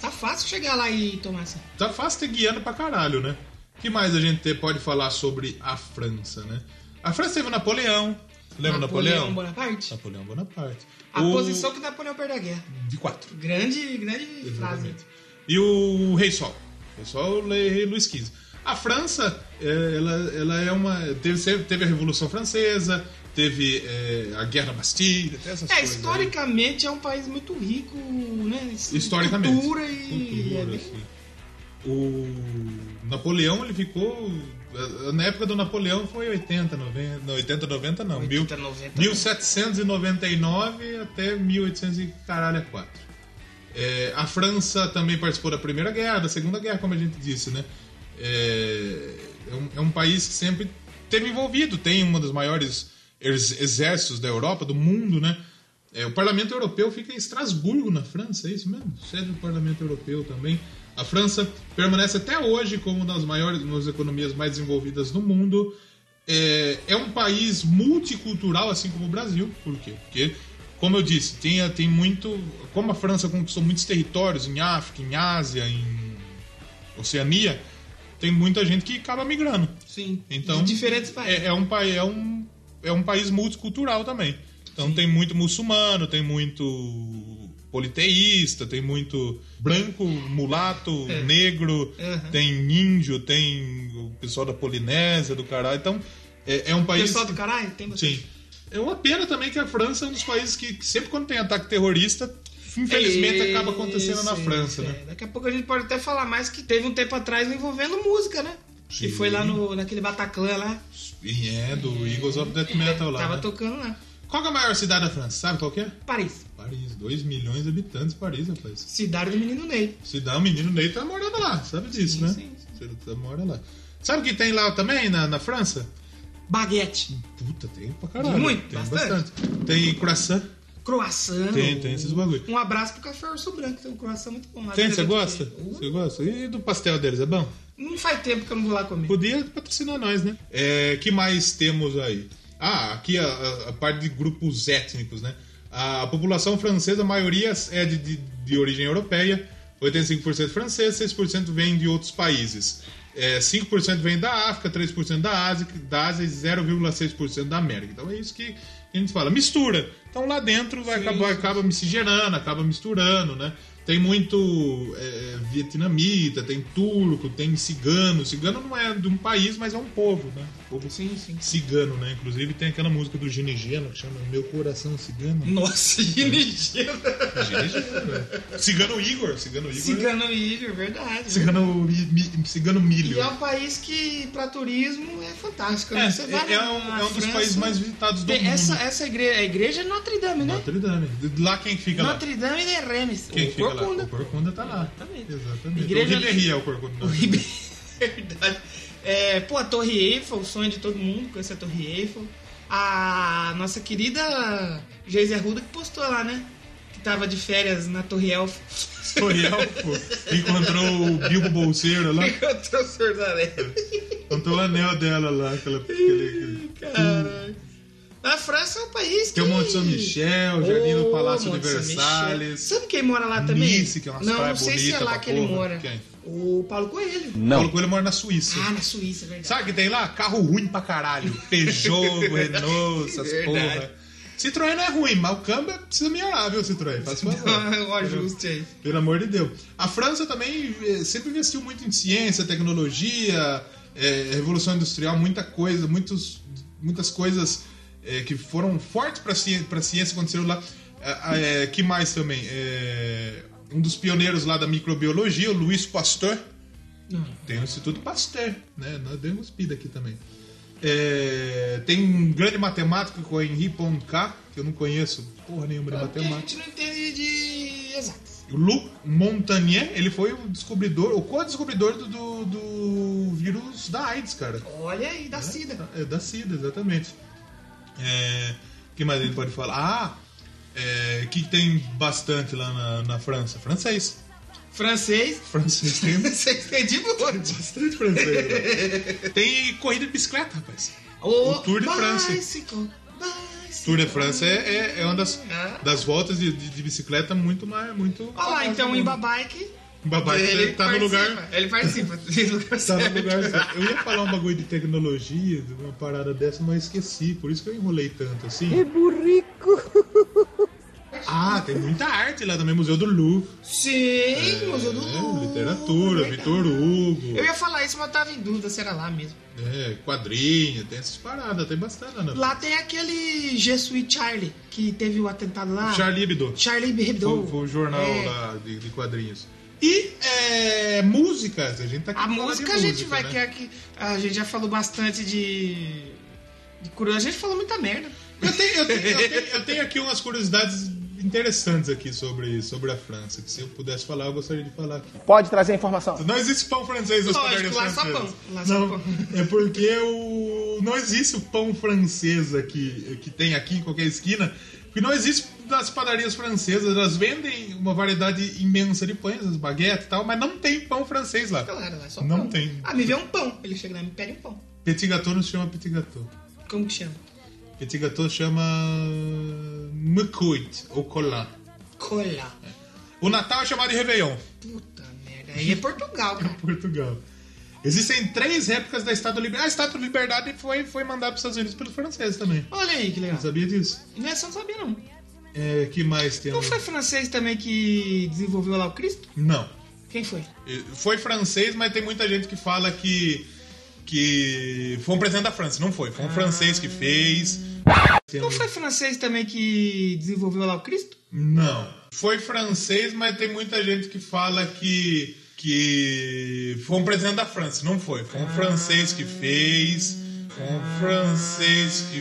Tá fácil chegar lá e tomar essa. Tá fácil ter Guiana pra caralho, né? O que mais a gente pode falar sobre a França, né? A França teve o Napoleão. Lembra o Napoleão? Napoleão? Bonaparte? Bonaparte. A O- posição que Napoleão perdeu a guerra. De quatro. Grande, grande frase. Exatamente. E o Rei Sol. O Rei Sol, o Lei- Rei Luiz XV. A França, é, ela, ela é uma. Teve, teve a Revolução Francesa, teve é, a Guerra da Bastilha, até essas É, coisas. aí. historicamente é um país muito rico, né? em historicamente. Cultura e. Cultura, é bem- assim. O Napoleão, ele ficou. eh, Na época do Napoleão foi 80, 90. Não, 80, 90 não. 80, mil- 90. 1799 até 1800 e caralho, é 4. É, a França também participou da Primeira Guerra, da Segunda Guerra, como a gente disse, né? É, é um, é um país que sempre teve envolvido, tem um dos maiores ex- exércitos da Europa, do mundo, né? É, o Parlamento Europeu fica em Estrasburgo, na França, é isso mesmo? Sede do Parlamento Europeu também. A França permanece até hoje como uma das maiores, uma das economias mais desenvolvidas do mundo. É, é um país multicultural, assim como o Brasil. Por quê? Porque como eu disse, tem, tem muito. Como a França conquistou muitos territórios em África, em Ásia, em Oceania, tem muita gente que acaba migrando. Sim. Então, de diferentes países. É, é um, pai- é, um, é um país multicultural também. Então tem muito muçulmano, tem muito politeísta, tem muito branco, mulato, negro, É. Aham. tem índio, tem o pessoal da Polinésia, do caralho. Então É, é um país. Pessoal que- do caralho? Tem bastante. Sim. É uma pena também que a França é um dos países que, que sempre quando tem ataque terrorista, infelizmente acaba acontecendo na É Isso, França, é. né? Daqui a pouco a gente pode até falar mais que teve um tempo atrás envolvendo música, né? Que Sim. foi lá no, naquele Bataclan lá. E é, do Eagles of Death Metal lá. tava né? tocando lá. Qual que é a maior cidade da França? Sabe qual que é? Paris. Paris. 2 milhões de habitantes, Paris, rapaz. Cidade do menino Ney. Cidade, o menino Ney tá morando lá, sabe disso, né? sim, Ele tá morando lá. Sabe o que tem lá também, na, na França? Baguete. Puta, tem pra caralho. Muito, tem bastante. Tem croissant. Croissant. Tem, tem esses bagulho. Um abraço pro Café Urso Branco. Tem um croissant muito bom lá. Tem, você Daqui a gosta? pouco- Você gosta? E do pastel deles, é bom? Não faz tempo que eu não vou lá comer. Podia patrocinar nós, né? É, que mais temos aí? Ah, aqui a, a- a parte de grupos étnicos, né? A população francesa, a maioria é de, de, de origem europeia, 85% francês, 6% vem de outros países. É, 5% vem da África, 3% da Ásia, da Ásia e 0,6% da América. Então é isso que a gente fala. Mistura. Então lá dentro vai acabar, acaba miscigenando, acaba misturando, né? Tem muito é, vietnamita, tem turco, tem cigano. Cigano não é de um país, mas é um povo, né? Povo Sim, sim. cigano, né? Inclusive tem aquela música do Gino e Geno que chama Meu Coração Hum, Cigano. Nossa, Gino Gino e Geno, né? Cigano Igor, Cigano Igor. Cigano Ilho, verdade. Cigano, mi- mi- cigano Milho. E é um país que, pra turismo, é fantástico. né? É, Você vai é- é na- um, na é um dos França, países mais visitados do tem mundo. Essa, essa igreja, a igreja é Notre Dame, né? Notre Dame. Lá quem fica lá? Notre Dame de Remes. Quem o fica lá? Corcunda. O Corcunda tá lá. Exatamente. Exatamente. Igreja- O Ribéry é o Corcunda. O Ribeiro. Verdade. É, pô, a Torre Eiffel, o sonho de todo mundo conhecer a Torre Eiffel. A nossa querida Geise Arruda que postou lá, né? Que tava de férias na Torre Eiffel. Toriel, pô, encontrou o Bilbo Bolseiro lá, Encontrou o Senhor dos Anéis. encontrou o anel dela lá, aquela, aquele, aquele- Caralho. A França é um país que... Tem o Monte São Michel, um Jardim do Ô, Palácio Monte de São Michel. Versalhes, Sabe quem mora lá também? Nice, que é uma não, praia não sei se é bonita lá pra que ele porra. mora. Quem? O Paulo Coelho. Paulo Não. Coelho mora na Suíça. Ah, na Suíça, é verdade. Sabe o que tem lá? Carro ruim pra caralho. Peugeot, Renault, essas Verdade. porra. Citroën não é ruim, mas o câmbio precisa melhorar, viu, Citroën? Faz favor. o ajuste aí. Pelo amor de Deus. A França também eh, sempre investiu muito em ciência, tecnologia, eh, revolução industrial, muita coisa, muitos, muitas coisas eh, que foram fortes para ciência, pra ciência aconteceram lá. Ah, ah, eh, que mais também? Eh, um dos pioneiros lá da microbiologia, o Louis Pasteur, tem o Instituto Pasteur, né? Nós demos pida aqui também. Eh, tem um grande matemático que é o Henri Poincar, que eu não conheço porra nenhuma de Porque a matemática. gente não entende de exatas. O Luc Montagnier, ele foi o descobridor, o co-descobridor do, do, do vírus da AIDS, cara. Olha aí, da Cida. É, da SIDA, exatamente. É, que mais ele pode falar? Ah, é, que tem bastante lá na, na França. Francês. Francês. Francês tem Francês tem de onde? bastante francês. né? Tem corrida de bicicleta, rapaz. O Tour de França. bicycle, bicycle. Tour de França é, é, é uma das, Ah. das voltas de, de, de bicicleta muito mais. Muito Olha lá, então o Imbabike. Babá, ele tá no lugar. Ele participa. Ele Tá no participa. lugar certo. Eu ia falar um bagulho de tecnologia, de uma parada dessa, mas esqueci. Por isso que eu enrolei tanto, assim. Que burrico! Ah, tem muita arte lá também, Museu do Louvre. Sim, Museu do É, Louvre. literatura, Vitor Hugo. Eu ia falar isso, mas eu tava em dúvida se era lá mesmo. É, quadrinho, tem essas paradas, tem bastante lá. Né? Lá tem aquele Jesuit Charlie, que teve o atentado lá. Charlie Hebdo. Charlie Foi, Hebdo. foi o jornal É. lá de, de quadrinhos. E é, músicas, a gente tá aqui A pra falar de música a gente vai né? quer que a gente já falou bastante de de curioso. A gente falou muita merda. Eu tenho, eu, tenho, eu, tenho, eu tenho aqui umas curiosidades interessantes aqui sobre, sobre a França, que se eu pudesse falar, eu gostaria de falar aqui. Pode trazer a informação. Não existe pão francês nas Lógico, padernias lá é só francesas. pão, lá só não, pão. É porque o... não existe o pão francês aqui, que tem aqui em qualquer esquina, porque não existe nas padarias francesas. Elas vendem uma variedade imensa de pães, as baguetes e tal, mas não tem pão francês lá. Claro, lá só Não pão. tem. Ah, me vê um pão. Ele chega lá e me pede um pão. Petit gâteau não se chama petit gâteau. Como que chama? Petit gâteau chama... Mucoit, ou colar. Colar. O Natal é chamado de Réveillon. Puta merda. Aí é Portugal, cara. Portugal. Existem três réplicas da Estátua da Liberdade. A Estátua da Liberdade foi, foi mandada para os Estados Unidos pelos franceses também. Olha aí que legal. Sabia disso? Não é só não sabia, não. É, que mais tem? Não foi francês também que desenvolveu lá o Cristo? Não. Quem foi? Foi francês, mas tem muita gente que fala que que foi um presente da França, não foi? Foi um francês que fez. Ah. um- Não foi francês também que desenvolveu lá o Cristo? Não. Foi francês, mas tem muita gente que fala que, que foi um presidente da França. Não foi. Foi um Ah. francês que fez. Foi um francês que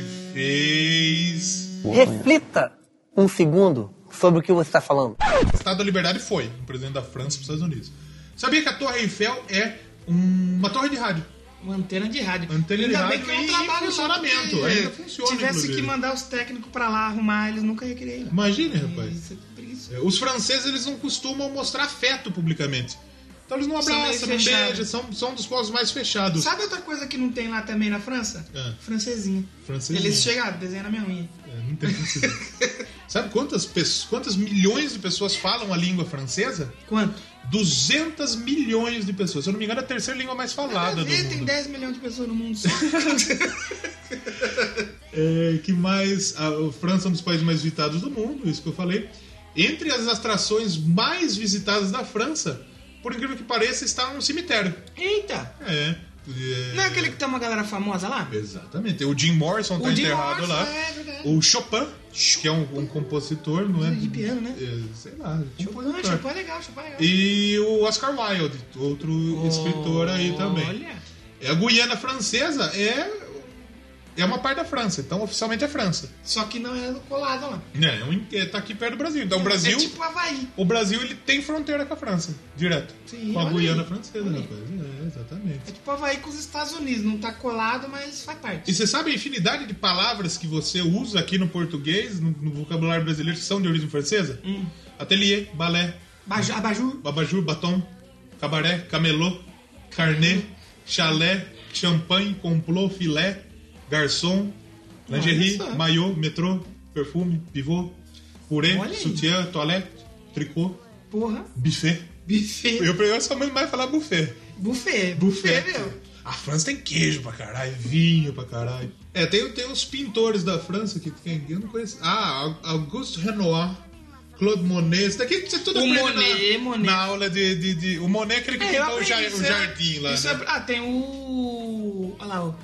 fez. Reflita um segundo sobre o que você está falando. Estado da Liberdade foi um presidente da França para os Estados Unidos. Sabia que a Torre Eiffel é um- uma torre de rádio? Uma antena de rádio. Antena de ainda rádio bem que é um e trabalho funcionamento, que, ainda eh, funciona, Tivesse inclusive. que mandar os técnicos pra lá arrumar, eles nunca ia querer ir lá. Imagine, rapaz. Hum, Isso é preguiça. É, Os franceses eles não costumam mostrar afeto publicamente. Então eles não São meio abraçam, não fechados. beijam, são, são dos povos mais fechados. Sabe outra coisa que não tem lá também na França? Ah. Francesinha. Francesinha. Eles chegaram, desenham na minha unha. É, não tem francês. Sabe quantas, pessoas, quantas milhões de pessoas falam a língua francesa? Quanto? 200 milhões de pessoas. Se eu não me engano, é a terceira língua mais falada do Brasil tem mundo. 10 milhões de pessoas no mundo só. É, que mais? A a França é um dos países mais visitados do mundo, isso que eu falei. Entre as atrações mais visitadas da França, por incrível que pareça, está um cemitério. Eita! É. é... Não é aquele que tem uma galera famosa lá? Exatamente. O Jim Morrison tá O Jim enterrado Morrison, lá. é verdade. o Chopin, que é um, um compositor, não é? De piano, né? É, sei lá. Chopin, compositor. Chopin é legal, Chopin é legal. E o Oscar Wilde, outro escritor aí também. Olha, É, A Guiana Francesa é, é uma parte da França, então oficialmente é França. só que não é colado lá. É, é um- é, tá aqui perto do Brasil. Então o Brasil, É tipo Havaí. o Brasil ele tem fronteira com a França, direto. Sim, com a olha Guiana aí, Francesa, olha aí. rapaz. É, exatamente. É tipo Havaí com os Estados Unidos, não tá colado, mas faz parte. E você sabe a infinidade de palavras que você usa aqui no português, no, no vocabulário brasileiro, que são de origem francesa? Hum. Atelier, balé, Baju, abajur, babajur, batom, cabaré, camelô, carnê, chalé, champanhe, complô, filé, garçom, lingerie, Olha só. maiô, metrô, perfume, pivô, purê, Olha aí. sutiã, toalete, tricô, porra, buffet. buffet. Eu, eu sou muito mais falar buffet. Buffet, Buffet, buffet, meu. A França tem queijo pra caralho, vinho pra caralho. É, tem, tem os pintores da França que tem, eu não conheço. Ah, Auguste Renoir, Claude Monet, isso daqui você tudo O aprende Monet, na, Monet. na aula de, de, de- O Monet é aquele que pintou o, jar- isso, o é- jardim lá, isso né? é- ah, tem o. Olha lá, o.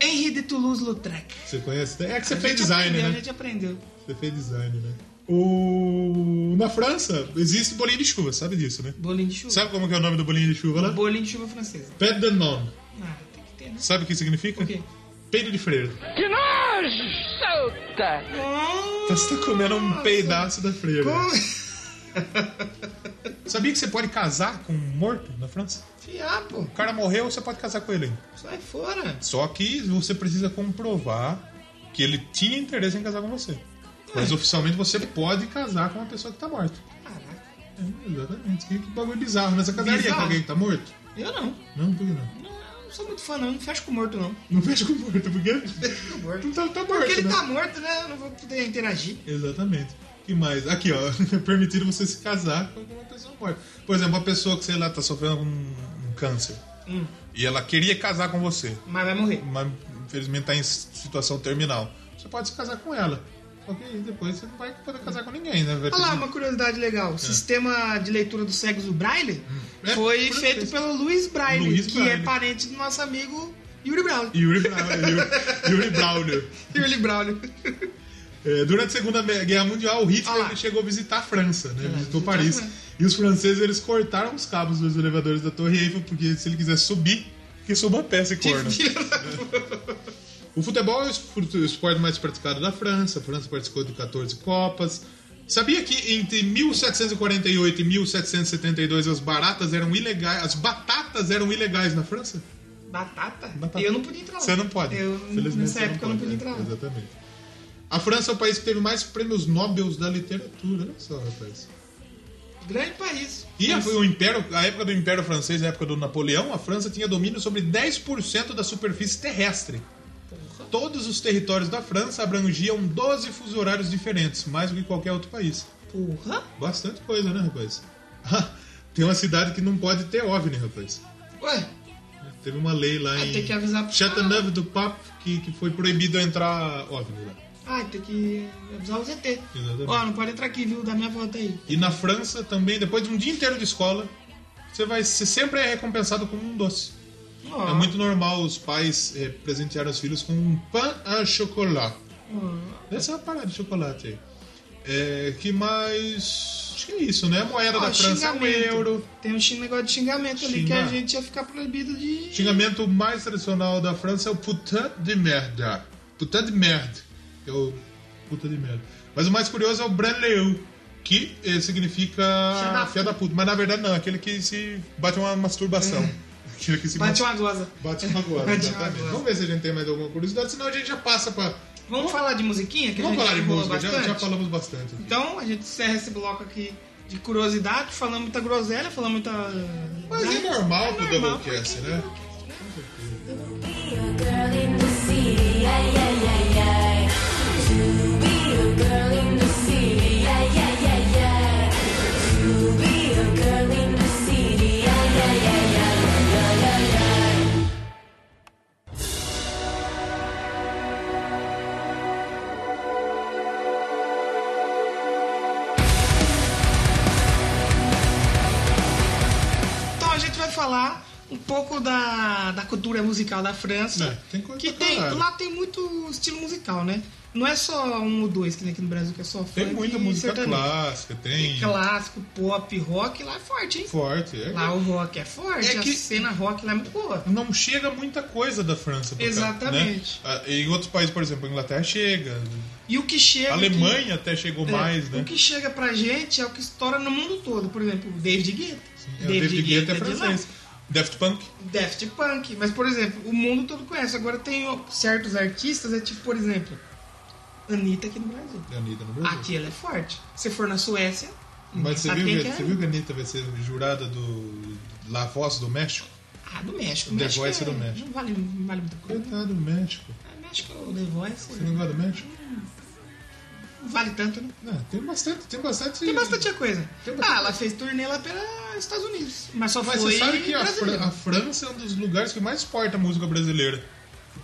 Henri de Toulouse-Lautrec. Você conhece? É que você A fez gente design, aprendeu, A né? gente aprendeu. Você fez design, né? O... Na França existe bolinho de chuva, sabe disso, né? Bolinho de chuva. Sabe como que é o nome do bolinho de chuva lá? Bolinho de chuva francesa. Pet de nom. Ah, tem que ter, né? Sabe o que significa? O quê? Peido de freira. Que nojo! Solta! Oh, Então você tá comendo um peidaço da freira. pô. Sabia que você pode casar com um morto na França? Fiapo, O cara morreu, você pode casar com ele. ainda. sai fora. Só que você precisa comprovar que ele tinha interesse em casar com você. Mas oficialmente você pode casar com uma pessoa que tá morta. Caraca, É, exatamente. Que, que bagulho bizarro, né? Você casaria Bizarro. com alguém que tá morto? eu não. Não, por que não? Não, não sou muito fã, não. Não fecho com morto, não. Não fecha com morto, por quê? Tô morto. Não tá, tá morto, Porque ele né? tá morto, né? Eu não vou poder interagir. Exatamente. que mais? Aqui, ó. É permitido você se casar com uma pessoa morta. Por exemplo, uma pessoa que, sei lá, tá sofrendo um, um câncer. Hum. E ela queria casar com você. Mas vai morrer. mas infelizmente tá em situação terminal. Você pode se casar com ela. Só que aí depois você não vai poder casar com ninguém, né? Vai ter Olha lá, que- uma curiosidade legal. O sistema de leitura dos cegos do Braille É, foi por feito isso. pelo Luiz Braille, Luiz que Braille. é parente do nosso amigo Yuri Braulio. Yuri Braulio. Yuri- Yuri Braulio. Yuri Braulio. É, durante a Segunda Guerra Mundial, o Hitler Olha lá. É, ele chegou a visitar a França, né? Visitou visitou a Paris. França. E os franceses eles cortaram os cabos dos elevadores da Torre Eiffel, porque se ele quiser subir, que suba a pé esse corno. O futebol é o espo- o esporte mais praticado da França. A França participou de 14 Copas. Sabia que entre 1748 e 1772 as baratas eram ilegais, as batatas eram ilegais na França? Batata? Batata. Eu não podia entrar lá. Você não pode. Eu, Felizmente, nessa você época eu não pode, podia entrar né? lá. Exatamente. A França é o país que teve mais prêmios Nobel da literatura. Olha só, rapaz. Grande país. E a, o Império, a época do Império Francês, a época do Napoleão, a França tinha domínio sobre 10% da superfície terrestre. Todos os territórios da França abrangiam 12 fuso horários diferentes, mais do que qualquer outro país. Porra. Bastante coisa, né, rapaz? Tem uma cidade que não pode ter OVNI, né, rapaz. Ué, Teve uma lei lá Ah, em tem que avisar pro Chateauneuf do Papo que, que foi proibido entrar OVNI lá. Ah, tem que avisar o ZT. Exatamente. Ó, não pode entrar aqui, viu? Dá minha volta aí. E na França também, depois de um dia inteiro de escola, você vai você sempre é recompensado com um doce. Ó. É muito normal os pais eh, presentearem os filhos com um pão à chocolate. Hum. Deve ser uma parada de chocolate aí. É, que mais. Acho que é isso, né? A moeda Ó, da França é um euro. Tem um chi- negócio de xingamento ali que Xingar. a gente ia ficar proibido de. O xingamento mais tradicional da França é o putain de merda. Putain de merda. É o puta de merda. Mas o mais curioso é o branleu, que eh, significa Fia da fia da puta. Mas na verdade não, é aquele que se bate uma masturbação. Aquele que se É. Bate uma goza. Bate uma agora, Bate uma exatamente. agora. Vamos ver se a gente tem mais alguma curiosidade, senão a gente já passa pra. Vamos falar de musiquinha? Que Vamos a gente falar de enrolou música, já, bastante? já falamos bastante. aqui. Então a gente encerra esse bloco aqui de curiosidade, falando muita groselha, falando muita. Mas é normal pro Né? normal, Doublecast, né? Então a gente vai falar um pouco da, da cultura musical da França. É, tem coisa que pra tem, caralho. lá tem muito estilo musical, né? Não é só um ou dois que nem aqui no Brasil que é só Tem funk muita e música sertanejo. clássica, tem. Clássico, pop, rock, lá é forte, hein? Forte. é. Lá o rock é forte, É que- a cena rock lá é muito boa. Não chega muita coisa da França. pra cá, Exatamente. né? Ah, Em outros países, por exemplo, a Inglaterra chega. E o que chega. A Alemanha até chegou que- mais, é, né? O que chega pra gente é o que estoura no mundo todo. Por exemplo, David Guetta. É, o David Guetta é de lá. francês. Daft Punk. Daft Punk. Mas, por exemplo, o mundo todo conhece. Agora tem ó, certos artistas, é tipo, por exemplo, Anitta aqui no Brasil. Anitta no Brasil. Aqui ela é forte. Se for na Suécia. ninguém Uhum. Mas você sabe viu, quem que, que é você viu que a Anitta vai ser jurada do La Voz do México? Ah, do México. The México Voice é- do México. Uhum. Não vale, não vale muita coisa. Coitado do México. Ah, México, o The Voice. é, Você não gosta do México? Não vale tanto, né? Não, É, tem bastante, tem bastante. Tem bastante coisa. Tem bastante Ah, ela fez turnê lá pelos Estados Unidos. Mas só Mas foi você sabe que a, Fran- brasileiro. a França é um dos lugares que mais exporta a música brasileira.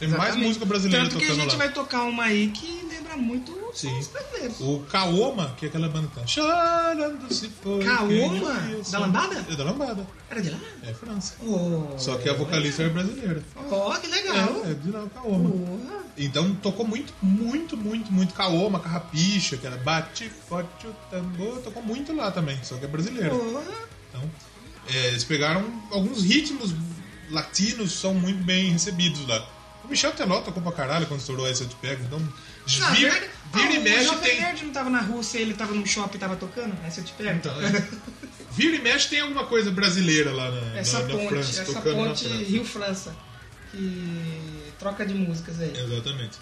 Tem mais Exatamente. música brasileira Tanto que a tocando gente lá. vai tocar uma aí que lembra muito os Sim. sons brasileiros. O Kaoma, que é aquela banda que tá chorando se foi. Kaoma? quem ouviu, Da só- lambada? É da lambada. Era de lá? É França. Oh, Só que a vocalista é brasileira. oh que legal. É, é de lá o Kaoma. Porra. Então tocou muito, muito, muito, muito. Kaoma, Carrapicha, que era bate forte o tambor. Tocou muito lá também, só que é brasileiro. Porra. Então, é, eles pegaram alguns ritmos latinos são muito bem recebidos lá. O Michel Teló tocou pra caralho quando estourou essa de pega, então Na vir, verdade, vira ah, e o mexe Jovem tem Nerd não tava na Rússia, ele tava no shopping e tava tocando? Essa eu te pego? Então, é. vira e mexe tem alguma coisa brasileira lá na, Essa na- na ponte, é França, essa tocando na ponte França. Rio-França. Que troca de músicas aí. Exatamente.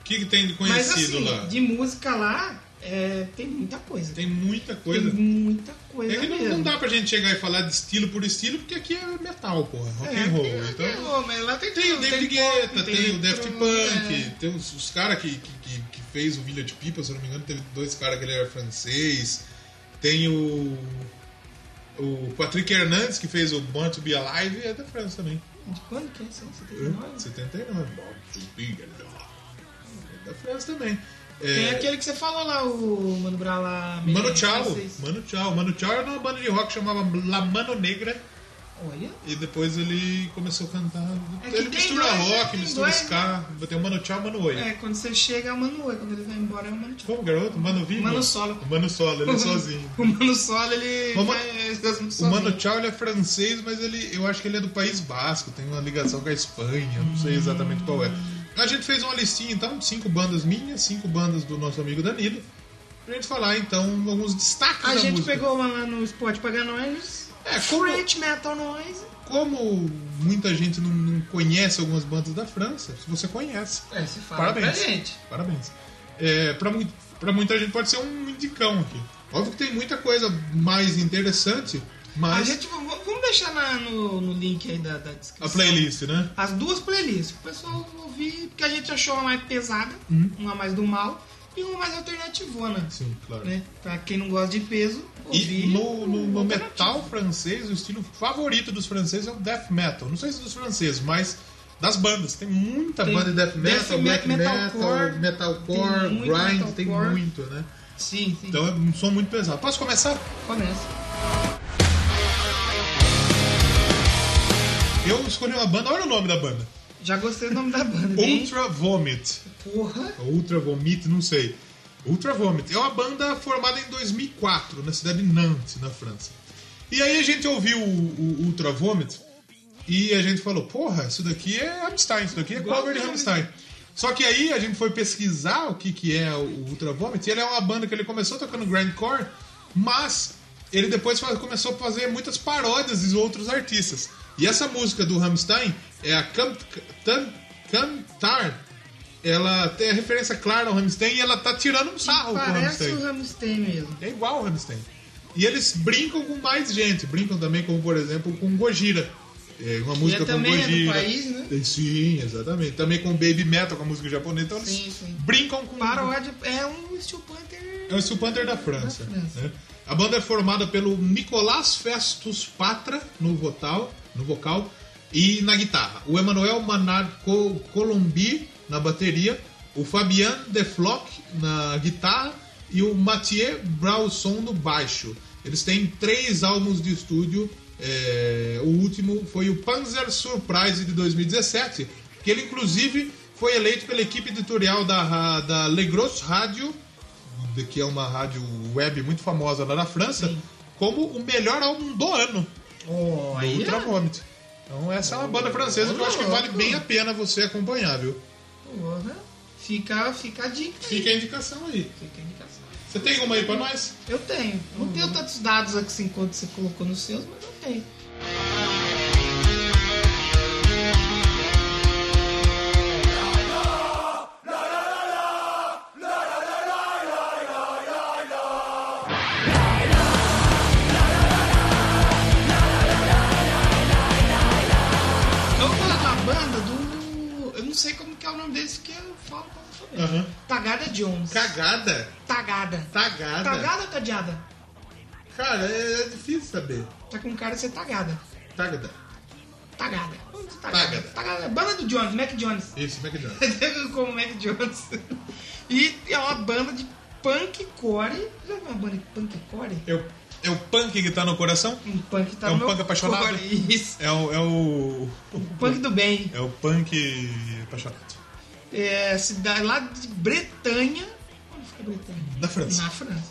O que, que tem de Mas É um conhecido assim, lá? de música lá, é, tem muita coisa. Tem muita Tem coisa. muita coisa É que não, mesmo. não dá pra gente chegar e falar de estilo por estilo, porque aqui é metal, porra. Rock É, and roll. tem então, rock and roll, mas lá tem, Tem o tudo, David pop, Guetta, tem, o Daft eletrônico, Punk, é. tem os, os caras que, que, que- que fez o Village People, se eu não me engano, teve dois caras que ele era francês. Tem o. O Patrick Hernandes, que fez o Born to Be Alive, é da França também. Uhum. De quando que é Hum? isso? aí? 79? 79. Born to Be Alive. É da França também. É, Tem aquele que você falou lá, o Mano Brown lá. Mano meio Tchau. francês. Mano Tchau. Mano Tchau era uma banda de rock que chamava La Mano Negra. Olha. E depois ele começou a cantar. É que ele tem mistura dois, né? rock, Tem mistura dois, né? ska. Tem o Mano Tchau e o Mano Oi. É, quando você chega é o Mano Oi, quando ele vai embora é o Mano Tchau. Como um garoto? Mano Vivo? Mano Solo. O Mano Solo, ele é sozinho. O Mano Solo, ele. O Mano- vai- faz muito O sozinho. Mano Tchau ele é francês, mas ele, eu acho que ele é do País Basco, tem uma ligação com a Espanha, não sei exatamente qual é. A gente fez uma listinha então, cinco bandas minhas, cinco bandas do nosso amigo Danilo, pra gente falar então alguns destaques A da gente música. pegou uma lá no Spot Paga Noise. É, como- French Metal Noise. Como muita gente não, não conhece algumas bandas da França, se você conhece, É, se fala Parabéns. pra gente. Parabéns. É, pra, mui- pra muita gente pode ser um indicão aqui. Óbvio que tem muita coisa mais interessante, A mas gente, v- v- vamos deixar na- no, no link aí da, da descrição. a playlist, né? As duas playlists. O pessoal ouvir, porque a gente achou uma mais pesada, Uhum. uma mais do mal, e uma mais alternativona. Sim, claro. Né? Pra quem não gosta de peso, E ouvir. no, no- no o alternativo. metal francês, o estilo favorito dos franceses é o death metal. Não sei se dos franceses, mas das bandas. Tem muita Tem banda de death metal, death black metal, metal, metalcore, metalcore, tem muito grind, tem metalcore. muito, né? Sim, sim. Então é um som muito pesado. Posso começar? Começa. Eu escolhi uma banda, olha o nome da banda. Já gostei do nome da banda. bem- Ultra Vomit. Porra. Ultra Vomit, não sei. Ultra Vomit. É uma banda formada em 2004, na cidade de Nantes, na França. E aí a gente ouviu o, o Ultra Vomit e a gente falou, porra, isso daqui é Rammstein, isso daqui é cover de Rammstein. Só que aí a gente foi pesquisar o que, que é o Ultra Vomit e ele é uma banda que ele começou tocando grindcore, mas ele depois fa- começou a fazer muitas paródias de outros artistas. E essa música do Rammstein é a Kamp- Tan- Kantar, ela tem a referência clara ao Rammstein e ela tá tirando um sarro com o Parece Rammstein. o Rammstein mesmo. É igual o Rammstein. E eles brincam com mais gente, brincam também como, por exemplo, com Gojira. É uma música com também é do Gojira. país, né? E Sim, exatamente. Também com Baby Metal, com a música japonesa. Então eles Sim, sim. brincam com Paródia é um Steel Panther. é o Steel Panther da França. Da França. né? A banda é formada pelo Nicolás Festus Patra no vocal, no vocal e na guitarra. O Emanuel Manard Co- Colombi na bateria. O Fabian Deflock na guitarra. E o Mathieu Brausson no baixo. Eles têm três álbuns de estúdio. é, o último foi o Panzer Surprise de 2017, que ele inclusive foi eleito pela equipe editorial da, ra- da Legros Rádio de- que é uma rádio web muito famosa lá na França, como o melhor álbum do ano, Oh, do Ultra Vomit. Então essa é uma banda francesa que eu acho que vale bem a pena você acompanhar, viu? Porra. Fica, fica a dica aí. Fica a indicação aí. Fica a indicação. Você tem uma aí pra nós? Eu tenho. Não tenho tantos dados assim quanto você colocou nos seus, mas eu tenho. Então Eu vou falar da tá banda do. Eu não sei como que é o nome desse, que eu falo pra você. Aham. Tagada Jones. Cagada? Tagada. Tagada? Tagada ou tadeada? Cara, é, é difícil saber. Tá com cara de ser tagada. Tagada. Tagada. Onde você tá? Tagada. Tagada. Banda do Jones, Mac Jones. Isso, McDonald's. Como Mac Jones. E é uma banda de punk core. Já viu uma banda de punk core? É o, é o punk que tá no coração? Um punk tá É um no meu punk apaixonado? core, Isso. É o. É o, Punk do bem. é o punk apaixonado. É cidade lá de Bretanha. Onde fica Bretanha? Da França. Na França.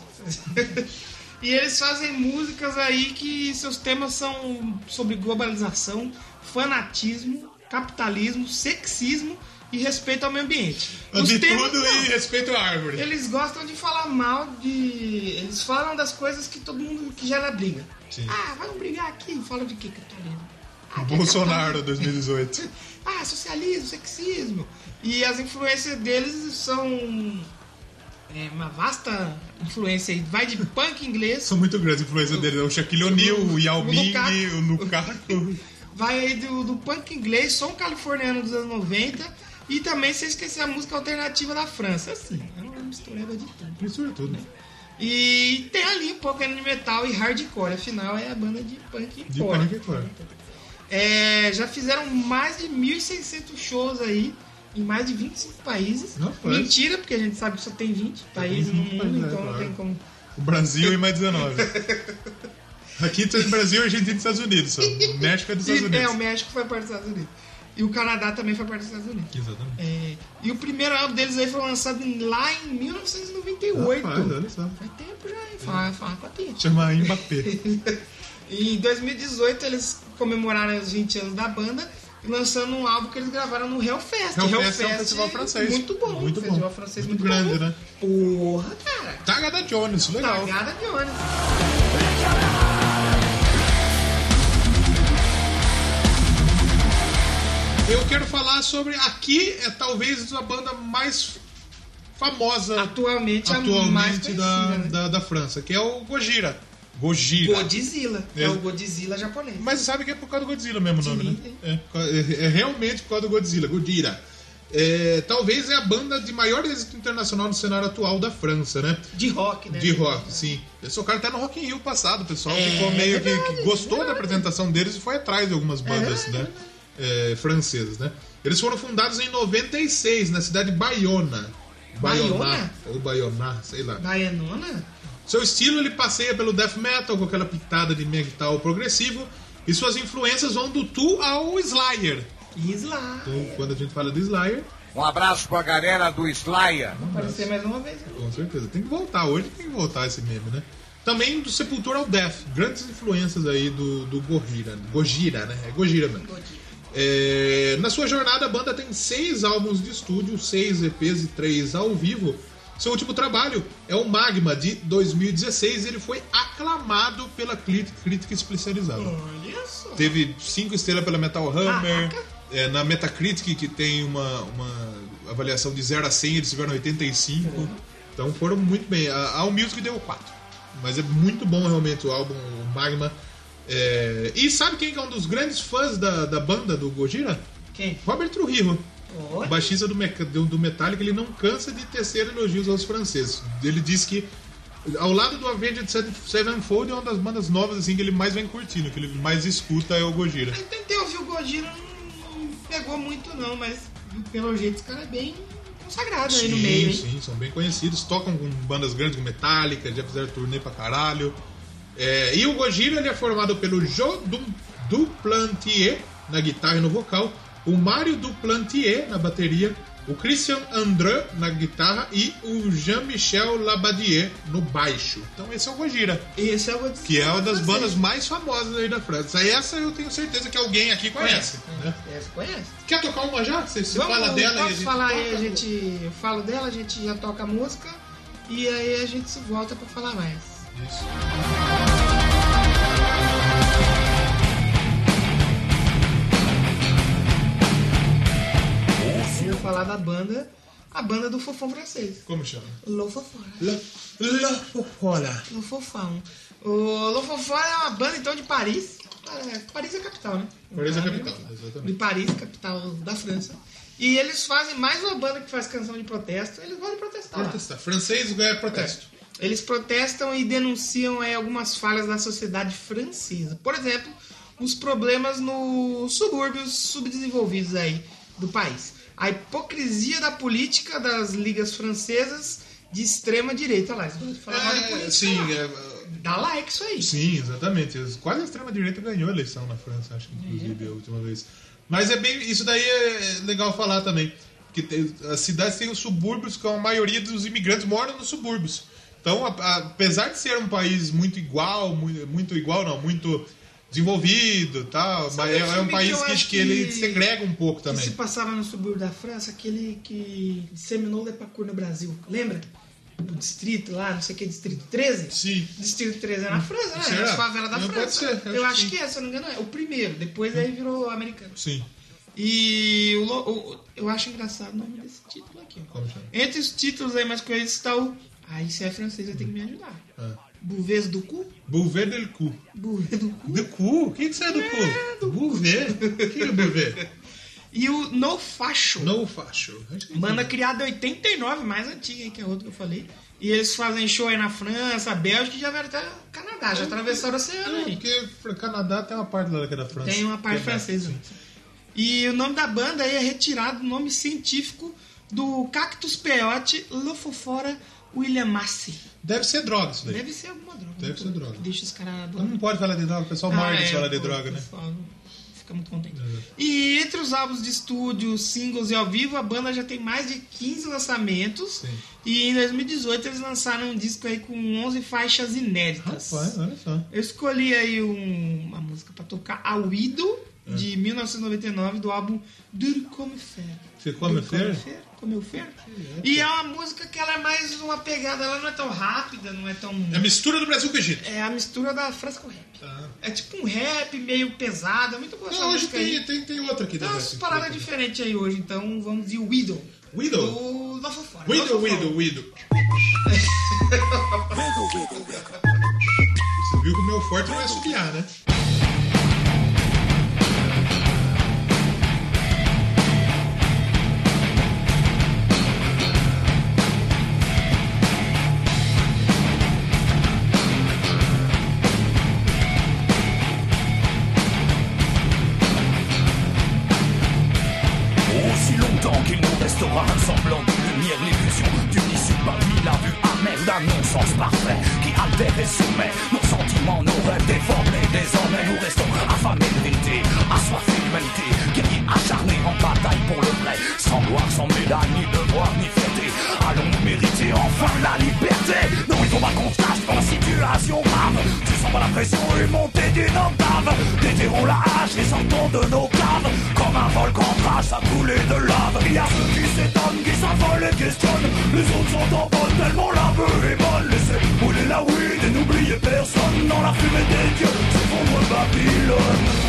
e eles fazem músicas aí que seus temas são sobre globalização, fanatismo, capitalismo, sexismo e respeito ao meio ambiente. Os De temas- tudo não, e respeito à árvore. Eles gostam de falar mal de. Eles falam das coisas que todo mundo que gera briga. Sim. Ah, vamos brigar aqui. Fala de que, capitalismo? Ah, que é Bolsonaro 2018. ah, socialismo, sexismo. E as influências deles são é, uma vasta influência aí. Vai de punk inglês, São muito grandes a influência dele. né? O Shaquille O'Neal, o Yao O Ming, Lukaku. o Lukaku. vai aí do, do punk inglês, som californiano dos anos 90. E também sem esquecer a música alternativa da França. Assim, é uma mistureba de tudo. Mistura tudo. E tem ali um pouco de metal e hardcore. Afinal, é a banda de punk De core. punk core. É, já fizeram mais de 1.600 shows aí em mais de 25 países. Não foi. Mentira, porque a gente sabe que só tem 20 países no 20 mundo, países, então é, não claro. tem como. O Brasil e mais 19. Aqui tem Brasil, Argentina e Estados Unidos. Só. O México é dos Estados E, é, o Unidos. México foi parte dos Estados Unidos. E o Canadá também foi parte dos Estados Unidos. Exatamente. É, e o primeiro álbum deles aí foi lançado em- lá em 1998. Rapaz, Ah, olha só. Faz tempo já, hein? Faz, faz quatro Chama Mbappé. E em 2018 eles comemoraram os 20 anos da banda e lançando um álbum que eles gravaram no Hellfest. Hellfest é um festival francês. Muito bom, um Muito bom. festival francês Muito muito, grande, bom. né? Porra, cara. Tá Tagada Jones, legal. Cagada Tá de ônibus. Tá. Eu quero falar sobre. Aqui é talvez a banda mais famosa Atualmente, é a mais atualmente conhecida, da, né? da, da França, que é o Gojira. Gojira. Godzilla. É. É. o Godzilla japonês. Mas você sabe que é por causa do Godzilla mesmo o nome, Sim. né? É, por causa- é- é realmente por causa do Godzilla, Godira. É, talvez é a banda de maior êxito internacional no cenário atual da França, né? De rock, né? De rock, sim. Eles tocaram até tá no Rock in Rio passado, o pessoal É, ficou meio que, verdade, que gostou da apresentação deles e foi atrás de algumas bandas, né? É, francesas, né? Eles foram fundados em 96, na cidade de Bayona. Bayona? Baioná, Ou Baioná, sei lá. Baianona? Seu estilo ele passeia pelo death metal com aquela pitada de metal progressivo E suas influências vão do Tu ao Slayer. Isla. Então, quando a gente fala do Slayer, Um abraço pra galera do Slayer. Aparecer mais uma vez. né? com certeza. Tem que voltar, hoje tem que voltar esse meme, né? Também do Sepultura ao Death. Grandes influências aí do, do Gojira. Gojira, né? É Gojira mesmo. É, na sua jornada, a banda tem seis álbuns de estúdio, seis EPs e três ao vivo. Seu último trabalho é o Magma, de 2016. Ele foi aclamado pela cli- crítica especializada. Olha só. Teve cinco estrelas pela Metal Hammer. Caraca. É, na Metacritic, que tem uma, uma avaliação de 0 a 100, eles tiveram 85. Então foram muito bem. A, a Music deu 4. Mas é muito bom realmente o álbum, o Magma. É, E sabe quem que é um dos grandes fãs da, da banda do Gojira? Quem? Robert Trujillo. O Olha. baixista do, Meca- do do Metallica, ele não cansa de tecer elogios aos franceses. Ele diz que, ao lado do Avenged Seven- Sevenfold, é uma das bandas novas assim, que ele mais vem curtindo, que ele mais escuta é o Gojira. Eu tentei ouvir o Gojira, não não pegou muito não, mas pelo jeito esse cara é bem consagrado aí no meio, hein? sim, são bem conhecidos. Tocam com bandas grandes como Metallica, já fizeram turnê pra caralho. É, e o Gojira ele é formado pelo Joe Dum- Duplantier na guitarra e no vocal, o Mário Duplantier na bateria, o Christian André na guitarra e o Jean-Michel Labadier no baixo. Então esse é o Gojira, Esse é o Gojira. que é uma das Francês. bandas mais famosas aí da França. Essa eu tenho certeza que alguém aqui conhece. né? Essa É, conhece? Quer tocar uma já? Você, você Vamos, fala dela posso e a gente falar aí, toca? a gente eu falo dela, a gente já toca a música e aí a gente se volta pra falar mais. Isso. Eu vou falar da banda, a banda do fofão francês. Como chama? Lo Fofão. La, la Popola. Lo Fofão. O Lo Fofão é uma banda então de Paris. É, Paris é a capital, né? Paris é a capital, exatamente. De Paris, capital da França. E eles fazem mais uma banda que faz canção de protesto. Eles vão protestar. lá. Protestar. Francês é protesto. Eles protestam e denunciam é, algumas falhas da sociedade francesa. Por exemplo, os problemas nos subúrbios subdesenvolvidos aí do país. A hipocrisia da política das ligas francesas de extrema direita. Olha lá, eles gostam de falar mal de É, política. sim, lá. é, Dá like isso aí. sim, exatamente. Quase a extrema-direita ganhou a eleição na França, acho que inclusive a última vez. Mas é bem. Isso daí é legal falar também. Porque tem- as cidades têm os subúrbios, que a maioria dos imigrantes moram nos subúrbios. Então, a- a- apesar de ser um país muito igual, muito, muito igual, não, muito desenvolvido tal, mas é, um é um filme que país eu que, acho que ele que- segrega um pouco Que se também. passava no subúrbio da França, aquele que disseminou Lepacur no Brasil. Lembra? O distrito lá, não sei o que, distrito 13? Sim. Distrito 13 é na França, né? Será? Era a favela da Não, pode França. ser, eu Eu acho acho que que é, se eu não me engano, é o primeiro. Depois aí virou americano. Sim. E o, lo- o- eu acho engraçado o nome desse título aqui. ó. Como chama? Entre os títulos aí mais conhecidos está o... Ah, isso é francês, vai ter que me ajudar. Ah. Bouvez do cu? Boulevard del Cu. Bouvez do cu? Do cu? O que, que sai do É, cu? Bouvet? O que é Bouvet? E o No Facho. Não facho. Acho que- Banda criada em 89, mais antiga, hein, que é outro que eu falei. E eles fazem show aí na França, Bélgica e já vieram até o Canadá, já atravessaram o oceano aí. Porque o Canadá tem uma parte lá que é da França. Tem uma parte Que é da- francesa. E o nome da banda aí é retirado do nome científico do Cactus peyote Lofofora Williamassi. Deve ser droga isso daí. Deve ser alguma droga. Deve né? ser droga. Deixa os caras Então não pode falar de droga, o pessoal Ah, morre é, se falar de o droga, né? pessoal Fica muito contente. É. E entre os álbuns de estúdio, singles e ao vivo, a banda já tem mais de 15 lançamentos. Sim. E em 2018 eles lançaram um disco aí com 11 faixas inéditas. Rapaz, olha só. Eu escolhi aí um- uma música pra tocar, a Widow, É. de 1999, do álbum Duro Come Fer. Você come feira? Comeu Fer? E é uma música que ela é mais uma pegada, ela não é tão rápida, não é tão... É a mistura do Brasil com o Egito. É a mistura da frasca com rap. Tá. É tipo um rap meio pesado, é muito bom essa Não, hoje música tem, aí. tem, tem outra aqui. Tem da- umas paradas diferentes aí hoje, então vamos de Widow. Widow? Do Nova Fora. Widow, Nova Fora. Widow, Widow. Você viu que o meu forte não é subiar, né? Aussi longtemps qu'il nous restera un semblant de lumière, l'illusion d'une issue parmi la vue amère d'un non-sens parfait qui altère et soumet nos sentiments, nos rêves déformés. Désormais, nous restons affamés et d'une octave Déterrons la hache et sortons de nos caves Comme un volcan trace à couler de lave Il y a ceux qui s'étonnent, qui s'affolent et questionnent Les autres sont en bonne, tellement la vue est bonne Laissez brûler la weed et n'oubliez personne Dans la fumée des dieux, s'effondre Babylone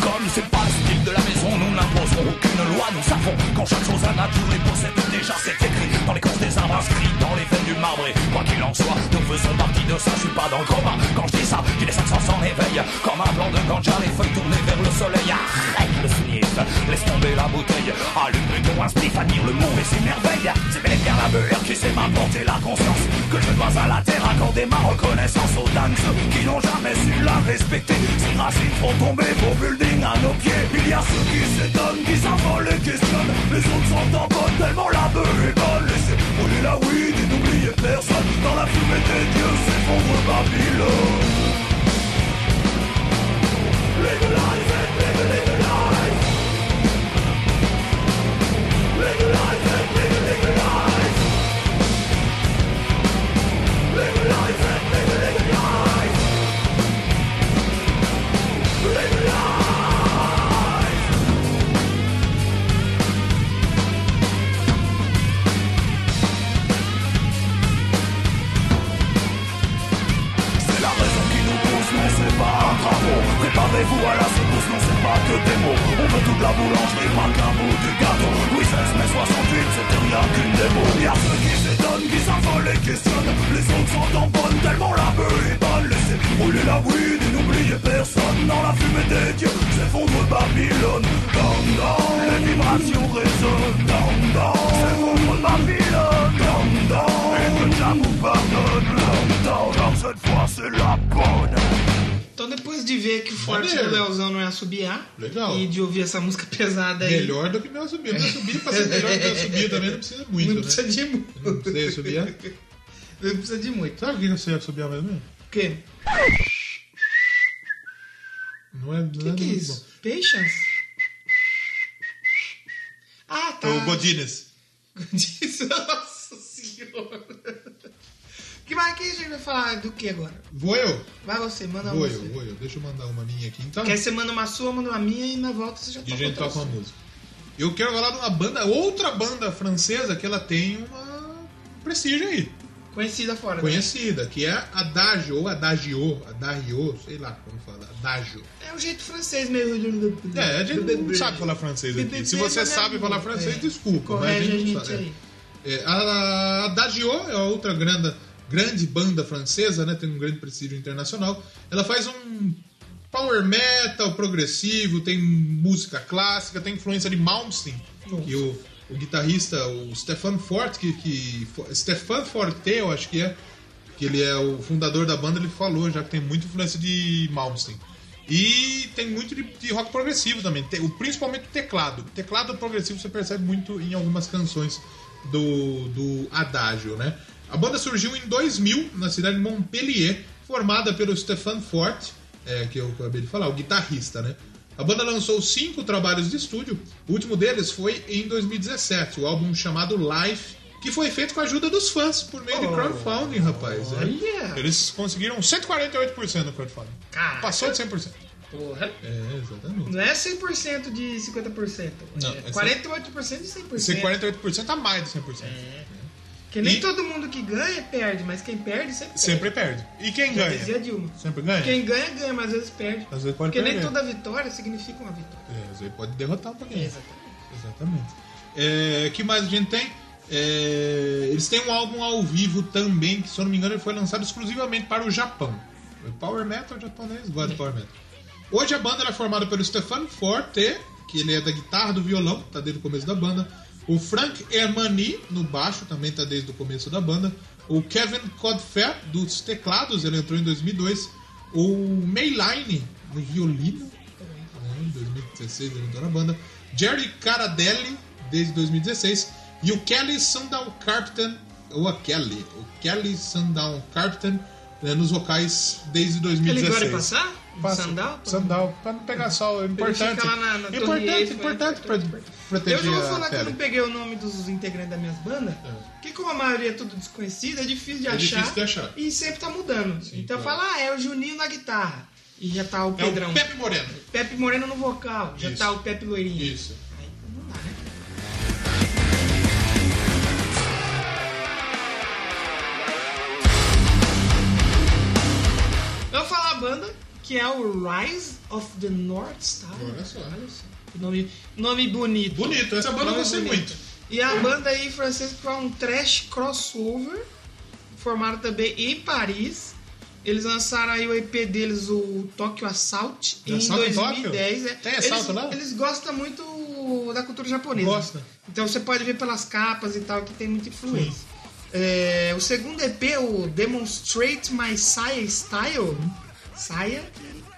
Comme c'est pas le style de la maison, nous n'imposerons aucune loi. Nous savons qu'en chaque chose un atout et possède déjà c'est écrit dans les courses des arbres, inscrit dans les veines du marbre. Et quoi qu'il en soit, nous faisons partie de ça. Je suis pas dans le coma quand je dis ça. J'ai les 500 s'en éveillent comme un blanc de ganja, les feuilles tournées vers le soleil. Arrête le sniff, laisse tomber la bouteille. Allume plutôt un spliff, admire le monde et ses merveilles. C'est bel et bien la beurre qui sait m'apporter la conscience que je dois à la terre accorder ma reconnaissance aux dames ceux qui n'ont jamais su la respecter. Ces racines font tomber vos buildings à nos pieds. Il y a ceux qui s'étonnent, qui s'affolent et questionnent. Les autres sont en bonne, tellement la beuh est bonne. Laissez brûler la weed et n'oubliez personne. Dans la fumée des dieux s'effondre Babylone. Legalize it, legalize it, legalize. Legalize it, legalize it, legalize. C'est la raison qui nous pousse, mais c'est pas un travaux. Préparez-vous à la secousse, non c'est pas que des mots. On veut toute la boulangerie, pas qu'un bout du gâteau. Oui, 16 mai 68, c'était rien qu'une démo. Y'a ceux qui s'étonnent, qui s'affolent et questionnent. Les autres sont en bonne, tellement la beuh est bonne. Laissez brûler la weed et n'oubliez personne. Dans la fumée des dieux, s'effondre Babylone. Down, down, les vibrations résonnent. Down, down, s'effondre Babylone. Down, down, et que Jamu pardonne. Down, down, alors cette fois c'est la bonne. Então, depois de ver que o forte Maneiro. do Leozão não é assobiar Legal. e de ouvir essa música pesada aí, Melhor do que meu subir. Meu subir, pra ser melhor que meu subir também, não precisa muito, não né? precisa de muito. Não precisa assobiar? Não precisa de muito. Sabe o que você ia subir mais ou menos? O quê? Não é O que, nada que é muito isso? Patience? Ah, tá. bom. O Godines. Diz- Nossa senhora. Que mais que a gente vai falar do que agora? Vou eu? Vai você, manda uma Vou você. eu, vou eu. Deixa eu mandar uma minha aqui então. Quer você manda uma sua, manda uma minha e na volta você já E a toca gente outra toca uma sua. música. Eu quero falar de uma banda, outra banda francesa que ela tem uma prestígio aí. Conhecida fora. né? Conhecida, que é Adagio, ou Adagio, Adagio, sei lá como fala, Adagio. É um jeito francês meio. É, a gente não sabe falar francês aqui. Se você sabe falar francês, né? É. desculpa, mas a Corrige gente não a gente sabe. aí. É, a Adagio é uma outra grande, grande banda francesa, né? Tem um grande prestígio internacional. Ela faz um power metal progressivo, tem música clássica, tem influência de Malmsteen. E o, o guitarrista, o Stefan Fort, que, que Fo- Stefan Forte, eu acho que é, que ele é o fundador da banda, ele falou já que tem muita influência de Malmsteen. E tem muito de, de rock progressivo também, te- o- principalmente o teclado. O teclado progressivo você percebe muito em algumas canções do, do Adagio, né? A banda surgiu em 2000 na cidade de Montpellier, formada pelo Stefan Fort, é, que eu acabei de falar, o guitarrista, né? A banda lançou cinco trabalhos de estúdio, o último deles foi em 2017, o álbum chamado Life, que foi feito com a ajuda dos fãs por meio de crowdfunding, rapaz. né? Oh, Olha! Eles conseguiram 148% do crowdfunding. Caraca. Passou de 100%. Porra. É, exatamente. Não é 100% de 50%. Não, é é 48% de 100%. Esse 48% a mais de 100%. É. Que nem E- todo mundo que ganha perde, mas quem perde sempre, Sempre perde. E quem perde. Já ganha? dizia a Dilma. Sempre ganha? Quem ganha, ganha, mas às vezes perde. Às vezes pode Porque nem perder. toda vitória significa uma vitória. É, às vezes pode derrotar um pouquinho. Exatamente. Exatamente. É, que mais a gente tem? É, eles têm um álbum ao vivo também, que se eu não me engano ele foi lançado exclusivamente para o Japão. O Power Metal japonês gosta de Power Metal. Hoje a banda ela é formada pelo Stefan Forte, que ele é da guitarra, do violão, tá desde o começo da banda. O Frank Hermani, no baixo, também tá desde o começo da banda. O Kevin Codfair, dos teclados, ele entrou em 2002. O Mayline, no violino, né, em 2016 ele entrou na banda. Jerry Caradelli, desde 2016. E o Kelly Sandal Carpenter, Kelly, o Kelly Sundown Carpenter né, nos vocais desde Ele 2016. agora é passar? Passa- Sandal? Sandal, pra não pegar sol, é importante. fica lá na- na Torre importante, Eiffel, né? importante pra Eu proteger já vou a falar que é eu pele. não peguei o nome dos integrantes das minhas bandas, porque como a maioria é tudo desconhecido, é difícil de É achar. difícil de achar. E sempre tá mudando. então claro. fala, ah, é o Juninho na guitarra. E já tá o É Pedrão. o Pepe Moreno. Pepe Moreno no vocal. Já Isso. tá o Pepe Loirinho. Isso. Aí não dá, né? Eu vou falar a banda, que é o Rise of the North Star. Olha só. Que Nome, nome bonito. Bonito, essa banda eu Nome gostei bonito. muito. E a banda aí francesa que é um trash crossover, formaram também em Paris. Eles lançaram aí o EP deles, o Tokyo Assault, Já em assalto em 2010. Tóquio? é. Tem eles, assalto lá? Eles gostam muito da cultura japonesa. Gosta. Então você pode ver pelas capas e tal que tem muita influência. É, o segundo EP, o Demonstrate My Saia Style, saia,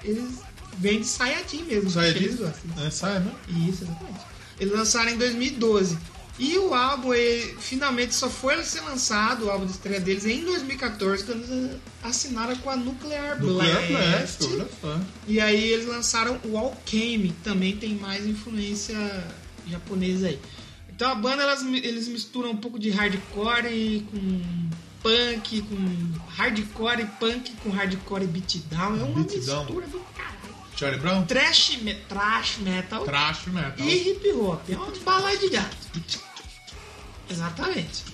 eles vêm de saia jean mesmo. Saia que jean? Eles gostam. É, sai, né? Isso, exatamente. Eles lançaram em 2012. E o álbum ele, finalmente só foi ser lançado, o álbum de estreia deles, em 2014, quando eles assinaram com a Nuclear, Nuclear Blast. Blast, olha só. E aí eles lançaram o Alchemy, que também tem mais influência japonesa aí. Então a banda elas, eles misturam um pouco de hardcore e com punk, com hardcore e punk, com hardcore e beatdown. É uma Beatdown. mistura do caralho. um Charlie Brown? Trash, me- trash metal Trash metal. e hip hop. É uma balada de gato. Exatamente.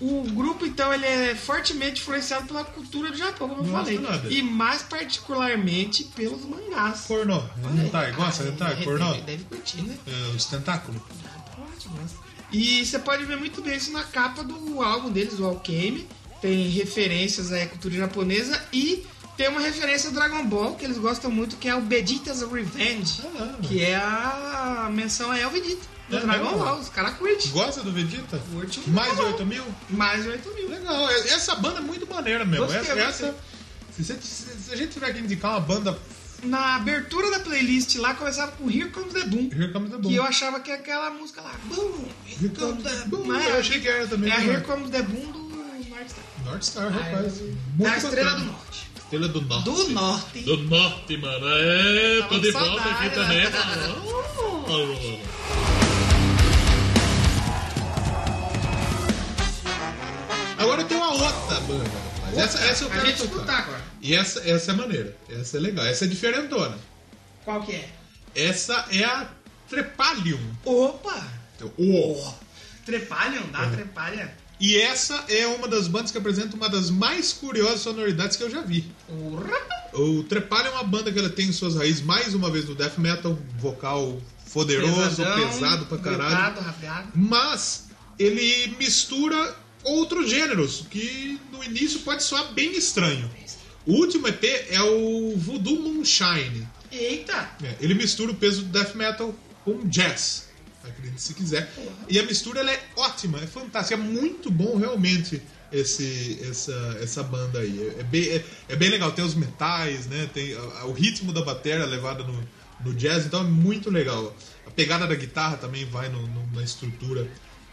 O grupo, então, ele é fortemente influenciado pela cultura do Japão, como eu Nossa, falei. nada. E mais particularmente pelos mangás. Pornô. tá Olha aí. Hentai, gosta de Ah, hentai? é, Pornô? Deve, deve curtir, né? É, os tentáculos. Ótimo, nossa. E você pode ver muito bem isso na capa do álbum deles, o Alchemy. Tem referências à cultura japonesa e tem uma referência ao Dragon Ball que eles gostam muito, que é o Vegeta's Revenge, Ah, que é a menção a El Vegeta do É Dragon mesmo? Ball. Os caras curtem. Gosta do Vegeta? Curte um Mais de pouco. 8 mil? Mais de 8 mil. Legal, e- essa banda é muito maneira mesmo. Gostei, essa, gostei. essa- se, você- se- se a gente tiver que indicar uma banda, Na abertura da playlist lá começava com Here Comes the Boom. Here Comes the Boom. Que eu achava que aquela música lá, Boom, Here Comes the Boom. Boom, né? eu achei que era também. É a né? Here Comes the Boom do North Star. North Star, rapaz. da Muito Estrela bacana. do Norte. Estrela do Norte. Do Norte. Do Norte, mano. É, Tava tô de com volta aqui saudade, né? também, mano. Oh. Agora tem uma outra banda, rapaz. Essa, essa eu A quero gente tá. tocar. escutar agora. E essa, essa é maneira. Essa é legal. Essa é diferentona. Qual que é? Essa é a Trepalium. Opa! Oh. Trepalham, É. dá trepalha. E essa é uma das bandas que apresenta uma das mais curiosas sonoridades que eu já vi. Urra! O Trepalha é uma banda que ela tem suas raízes mais uma vez no death metal, vocal foderoso, Pesadão, pesado pra caralho. gritado, rasgado. Mas ele mistura outros gêneros, que no início pode soar bem estranho. O último EP é o Voodoo Moonshine. Eita! É, ele mistura o peso do death metal com jazz, acredite se quiser. E a mistura ela é ótima, é fantástica, é muito bom realmente esse essa, essa banda aí. É, é bem, é, é bem legal, tem os metais, né? Tem a- a- o ritmo da bateria é levado no, no jazz, então é muito legal. A pegada da guitarra também vai no- no- na estrutura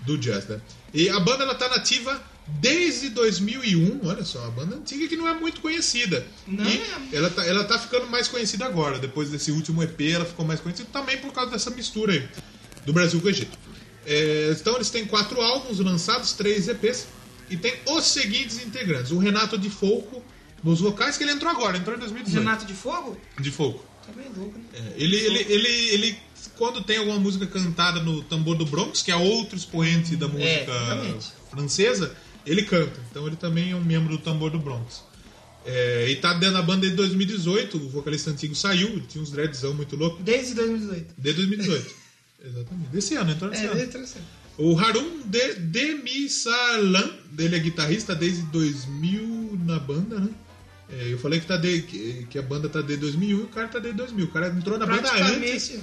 do jazz, né? E a banda ela tá nativa desde 2001, olha só, uma banda antiga que não é muito conhecida. Não E é. ela tá, ela tá ficando mais conhecida agora. Depois desse último EP, ela ficou mais conhecida também por causa dessa mistura aí do Brasil com o Egito. É, então eles têm quatro álbuns lançados, três EPs, e tem os seguintes integrantes: o Renato de Folco nos vocais, que ele entrou agora, entrou em 2018. Renato de Fogo? de Folco. Tá bem louco, né? É, ele, ele, ele, ele, quando tem alguma música cantada no tambor do Bronx, que é outro expoente da música É, exatamente. francesa, ele canta. Então ele também é um membro do tambor do Bronx. É, e tá dentro da banda desde 2018, o vocalista antigo saiu, tinha uns dreadzão muito louco, Desde 2018. desde 2018. Exatamente, desse ano, entrou nesse É, ano. desde 2018. O Harun de Demisalan, ele é guitarrista desde 2000 na banda, né? É, eu falei que, tá de, que, que a banda tá desde 2001 e o cara tá desde 2000. O cara entrou na banda antes. Praticamente.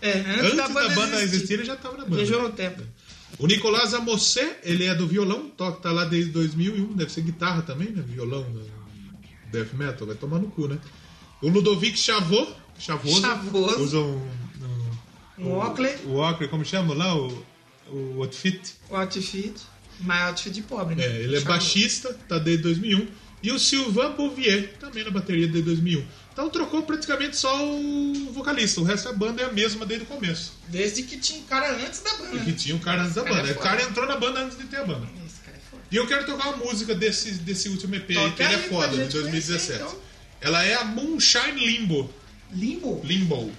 É, antes, Antes da banda, existir, existir. tá ele já tava na banda. Viajou no tempo. O Nicolás Amossé, ele é do violão, toca tá lá desde 2001, deve ser guitarra também, né? Violão, né? death metal, vai tomar no cu, né? O Ludovic Chavot, Chavoso, Chavoso. usa um, um, Um Oakley, o Walker, como chama lá? O, o outfit. o Outfit. Mas é outfit de pobre, né? É, ele é Chama- baixista, tá desde 2001. E o Sylvain Bouvier, também na bateria desde 2001. Então trocou praticamente só o vocalista, o resto da banda é a mesma desde o começo. Desde que tinha um cara antes da banda. Que tinha o cara antes da Cara, banda. é O cara entrou na banda antes de ter a banda. né? Esse cara é foda. E eu quero tocar uma música desse, desse último EP, Toca que ele é aí pra foda, de gente 2017. conhecer, então. Ela é a Moonshine Limbo. Limbo? Limbo.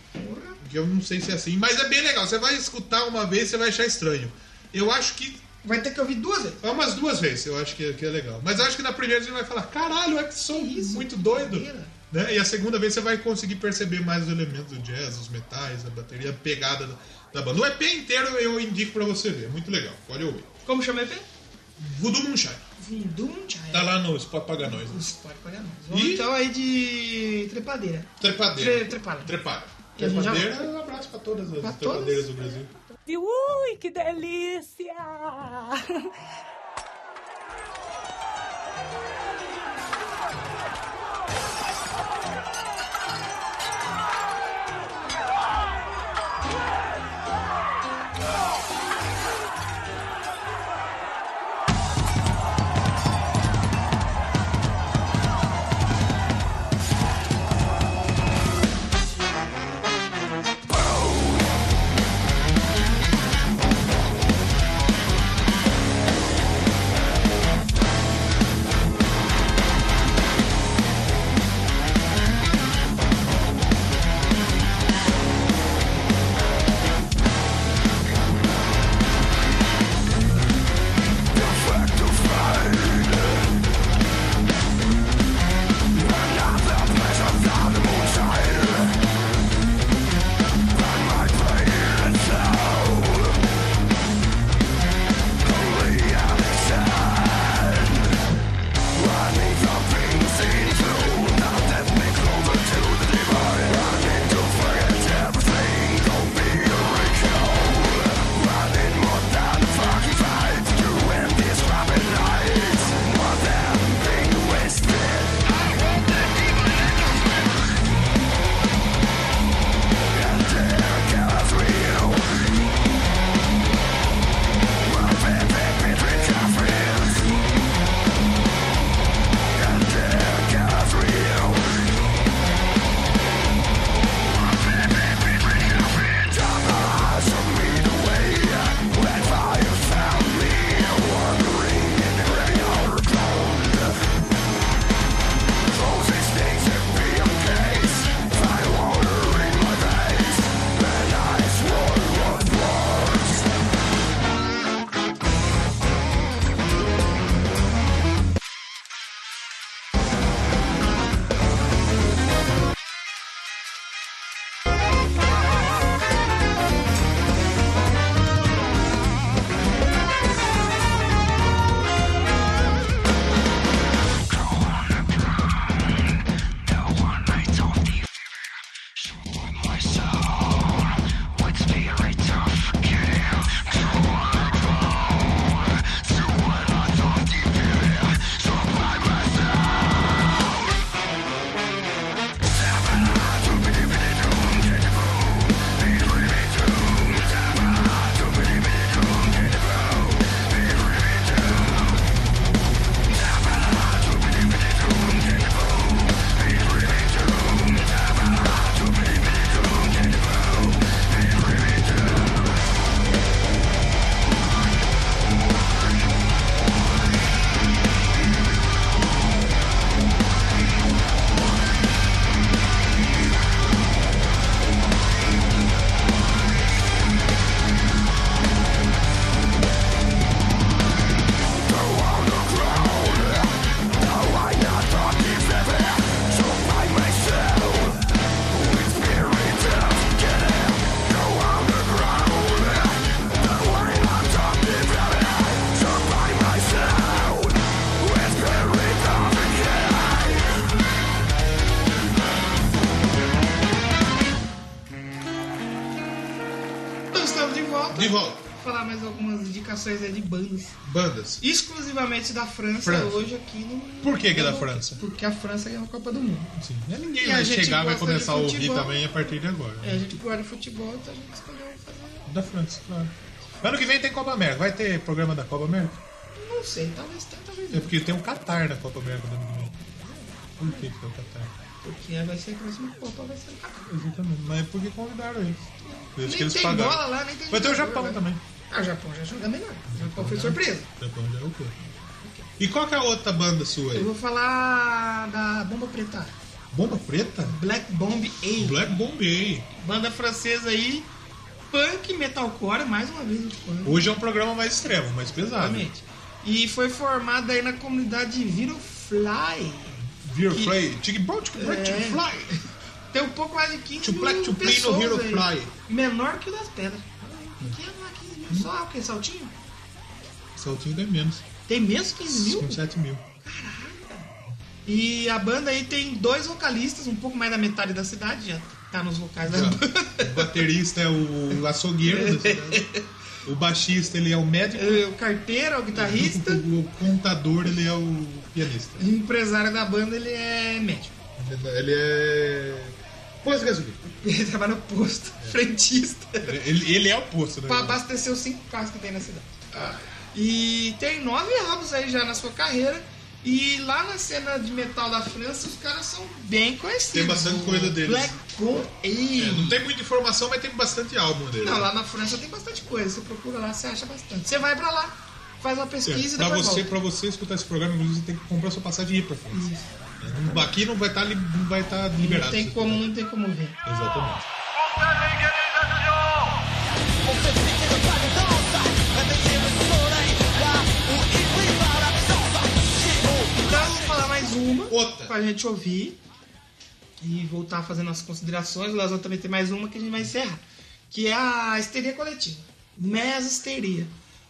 Que eu não sei se é assim, mas é bem legal. Você vai escutar uma vez, você vai achar estranho. Eu acho que Vai ter que ouvir duas vezes. é umas duas vezes, eu acho que, que é legal. Mas eu acho que na primeira você vai falar, caralho, é que som muito doido. Doideira. Né? E a segunda vez você vai conseguir perceber mais os elementos do jazz, os metais, a bateria, a pegada da, da banda. O EP inteiro eu indico pra você ver, é muito legal. Pode ouvir. Como chama o EP? Voodoo Moonshine. Vundum Tá Child. lá no Spot Paga Nós. né? Pode pagar nós. Vamos E- então aí de trepadeira. Trepadeira. Tre- trepara. Trepara. E a gente já Trepadeira, um abraço pra todas as Pra trepadeiras do Brasil. Ui, que delícia! Então estamos de volta. De volta. Vou falar mais algumas indicações aí de bandas. Bandas. Exclusivamente da França, França. hoje aqui no. Por que que é da França? Porque a França ganhou a Copa do Mundo. Sim. né? Ninguém E a vai gente chegar, vai gosta de começar a ouvir futebol. também a partir de agora. É, a gente gosta de futebol, então a gente escolheu fazer. Da França, claro. Ano que vem tem Copa América. Vai ter programa da Copa América? um, Não sei, talvez tenha, talvez É não. porque tem um Qatar na Copa América do Mundo. Por que que tem o Qatar? Porque vai ser a próxima Copa, vai ser no Qatar. Exatamente. Mas por que convidaram eles? Eles Nem que eles tem pagaram. bola né? lá, nem tem Mas tem o jogador Japão lá. também. Ah, o Japão já joga melhor. O Japão foi surpresa. O Japão já é o quê? E qual que é a outra banda sua Eu aí? vou falar da Bomba Preta. Bomba Preta? Black Bomb A. Black Bombay. Banda francesa aí. Punk, metalcore, mais uma vez. o Punk. Hoje é um programa mais extremo, mais pesado. Exatamente. E foi formada aí na comunidade Viro Fly. Beer Que- Fly, Chicken Brown, Chicken Brown, Chicken É. Fly. Tem um pouco mais de 15 To mil Black to Play no pessoas Hero aí. Fly. Menor que o das pedras. Que é lá 15 mil só, o que? é Saltinho? Saltinho tem menos. Tem é menos 15 mil? Com 7 mil. E a banda aí tem dois vocalistas, um pouco mais da metade da cidade, já tá nos vocais da O banda. baterista é o açougueiro. da cidade. o baixista ele é o médico. Eh, O carteiro, o guitarrista. O, o contador ele é o pianista. E o empresário da banda, ele é médico. Ele é. Pô, esse gasolina. Ele trabalha no posto, É. frentista. Ele, ele é o posto, né? pra abastecer os cinco carros que tem na cidade. Ah. E tem nove álbuns aí já na sua carreira. E lá na cena de metal da França, os caras são bem conhecidos. Tem bastante O coisa deles. Black Gold É, Ale. não tem muita informação, mas tem bastante álbum dele. Não, lá na França tem bastante coisa. Você procura lá, você acha bastante. Você vai pra lá, faz uma É, pesquisa e pra, depois você, volta. pra você escutar esse programa, inclusive, você tem que comprar sua passagem e ir pra França. Não- Aqui não vai estar não vai tá liberado. Não tem como, não tem como ver. Exatamente. Então eu vou falar mais uma Outra. pra gente ouvir e voltar fazendo as considerações. Nós vamos também ter mais uma que a gente vai encerrar, que é a histeria coletiva. Mesa histeria.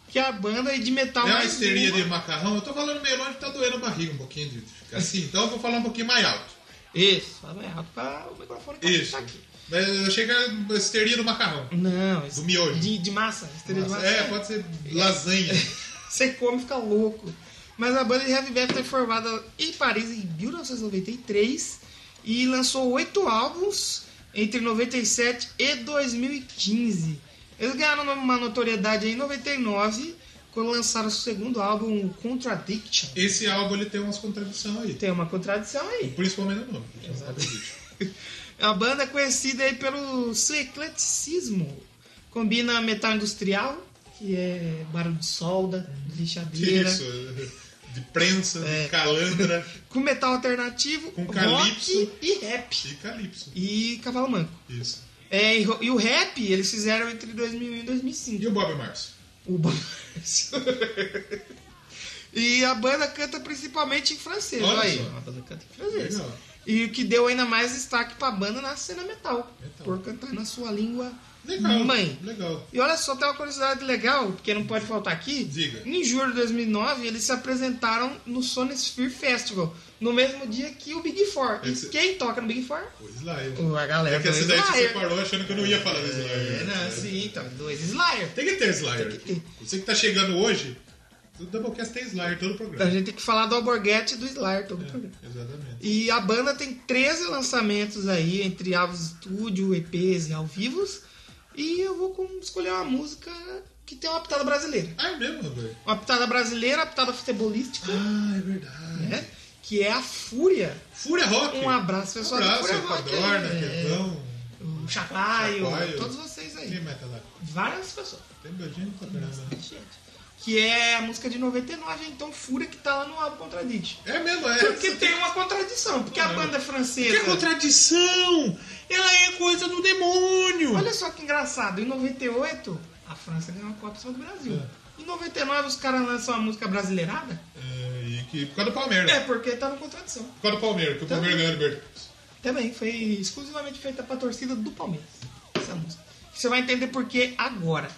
Que é a banda aí de metal É uma mais histeria uma. de macarrão. Eu tô falando meio longe, tá doendo a barriga um pouquinho de ficar assim. Então eu vou falar um pouquinho mais alto. Isso, fala errado pra o microfone que Isso. tá aqui. Mas eu achei que era uma histeria do macarrão. Não, Do miojo. De, de massa, histeria de massa. É, pode ser lasanha. Você come e fica louco. Mas a banda de heavy metal é formada em Paris em 1993 e lançou oito álbuns entre 97 e 2015. Eles ganharam uma notoriedade em 99 quando lançaram o segundo álbum, Contradiction. Esse álbum ele tem umas contradições aí. Tem uma contradição aí. Principalmente no nome. A banda é conhecida aí pelo seu ecleticismo. Combina metal industrial, que é barulho de solda, de lixadeira. Isso. De prensa, É. de calandra com metal alternativo, Com rock calypso. e rap. e calypso. E cavalo manco. Isso. É, e, ro- e o rap eles fizeram entre 2001 e 2005. E o Bob Márcio? O Bob Marley. E a banda canta principalmente em francês. Olha Olha aí. só. A banda canta em francês. Legal. E o que deu ainda mais destaque pra banda na cena metal. Metal. Por cantar na sua língua Legal. mãe. Legal. E olha só, tem uma curiosidade legal, porque não pode faltar aqui. Diga. Em julho de 2009, eles se apresentaram no Sony Sphere Festival, no mesmo dia que o Big Four. E Esse- quem toca no Big Four? O Slayer. A galera É que essa daí você separou achando que eu não ia falar do Slayer. É, não, sim, então, dois Slayer. Tem que ter Slayer. Tem que ter. Você que tá chegando hoje, o Doublecast tem Slayer todo o Então, a programa. gente tem que falar do Alborguete e do Slayer todo o É. programa. Exatamente. E a banda tem 13 lançamentos aí, entre álbuns de estúdio, EPs e ao vivos. E eu vou com- escolher uma música que tem uma pitada brasileira. Ah, é mesmo, Roberto? Uma pitada brasileira, uma pitada futebolística, Ah, é verdade. né? Que é a Fúria. Fúria Rock. Um abraço, Um pessoal da abraço, né? Fúria ao Rock. Codorna, aí, é, Quebão. o Chacoalho, Chacoalho. todos vocês Quem aí. mais tá lá? Várias pessoas. Tem gente pra caramba. né? Que é a música de 99, então Fúria que tá lá no álbum Contradict. É mesmo, é. Porque tem uma contradição, porque a banda francesa. Que contradição! Ela é coisa do demônio! Olha só que engraçado, em 98 a França ganhou a Copa em cima do Brasil. Em 99 os caras lançam uma música brasileirada? É, e que, por causa do Palmeiras. É, Tá. porque tá no contradição. Por causa do Palmeiras, que o Palmeiras ganhou a Libertadores. Também foi exclusivamente feita pra torcida do Palmeiras. Essa música. Você vai entender por que agora.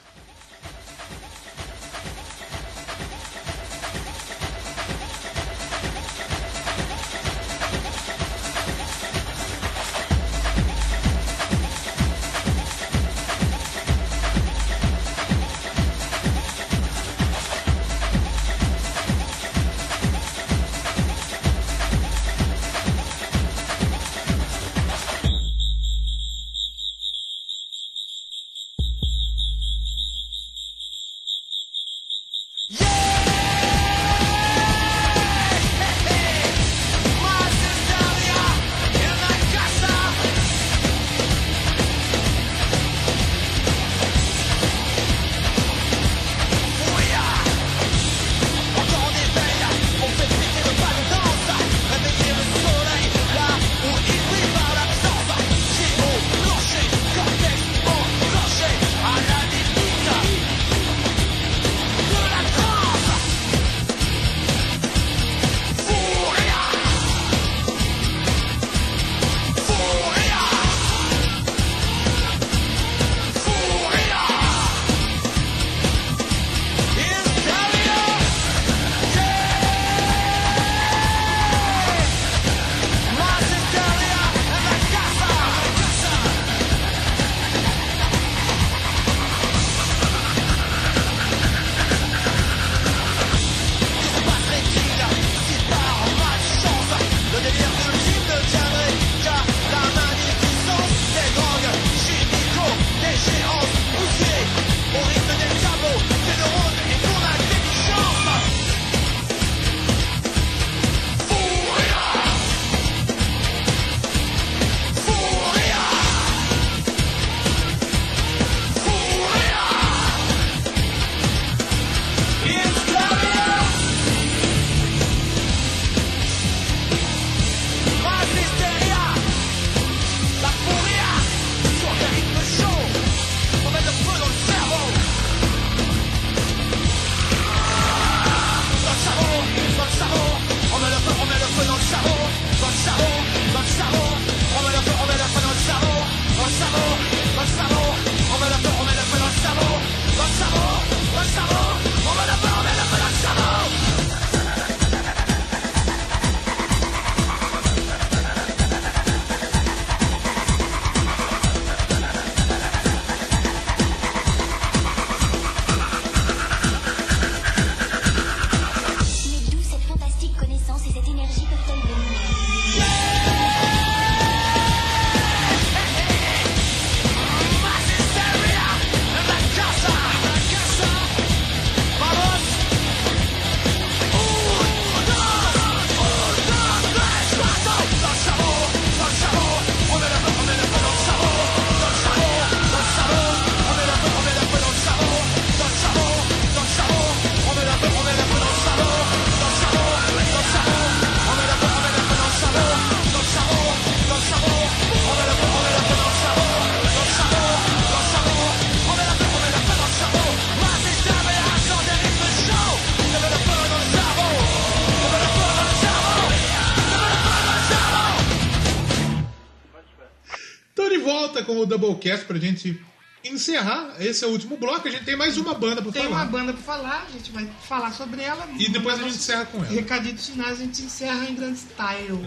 Então, volta com o Doublecast pra gente encerrar. Esse é o último bloco. A gente tem mais uma banda pra Tem falar. uma banda pra falar, a gente vai falar sobre ela. E depois a Mandar gente encerra com ela. Recaditos finais, a gente encerra em grande style.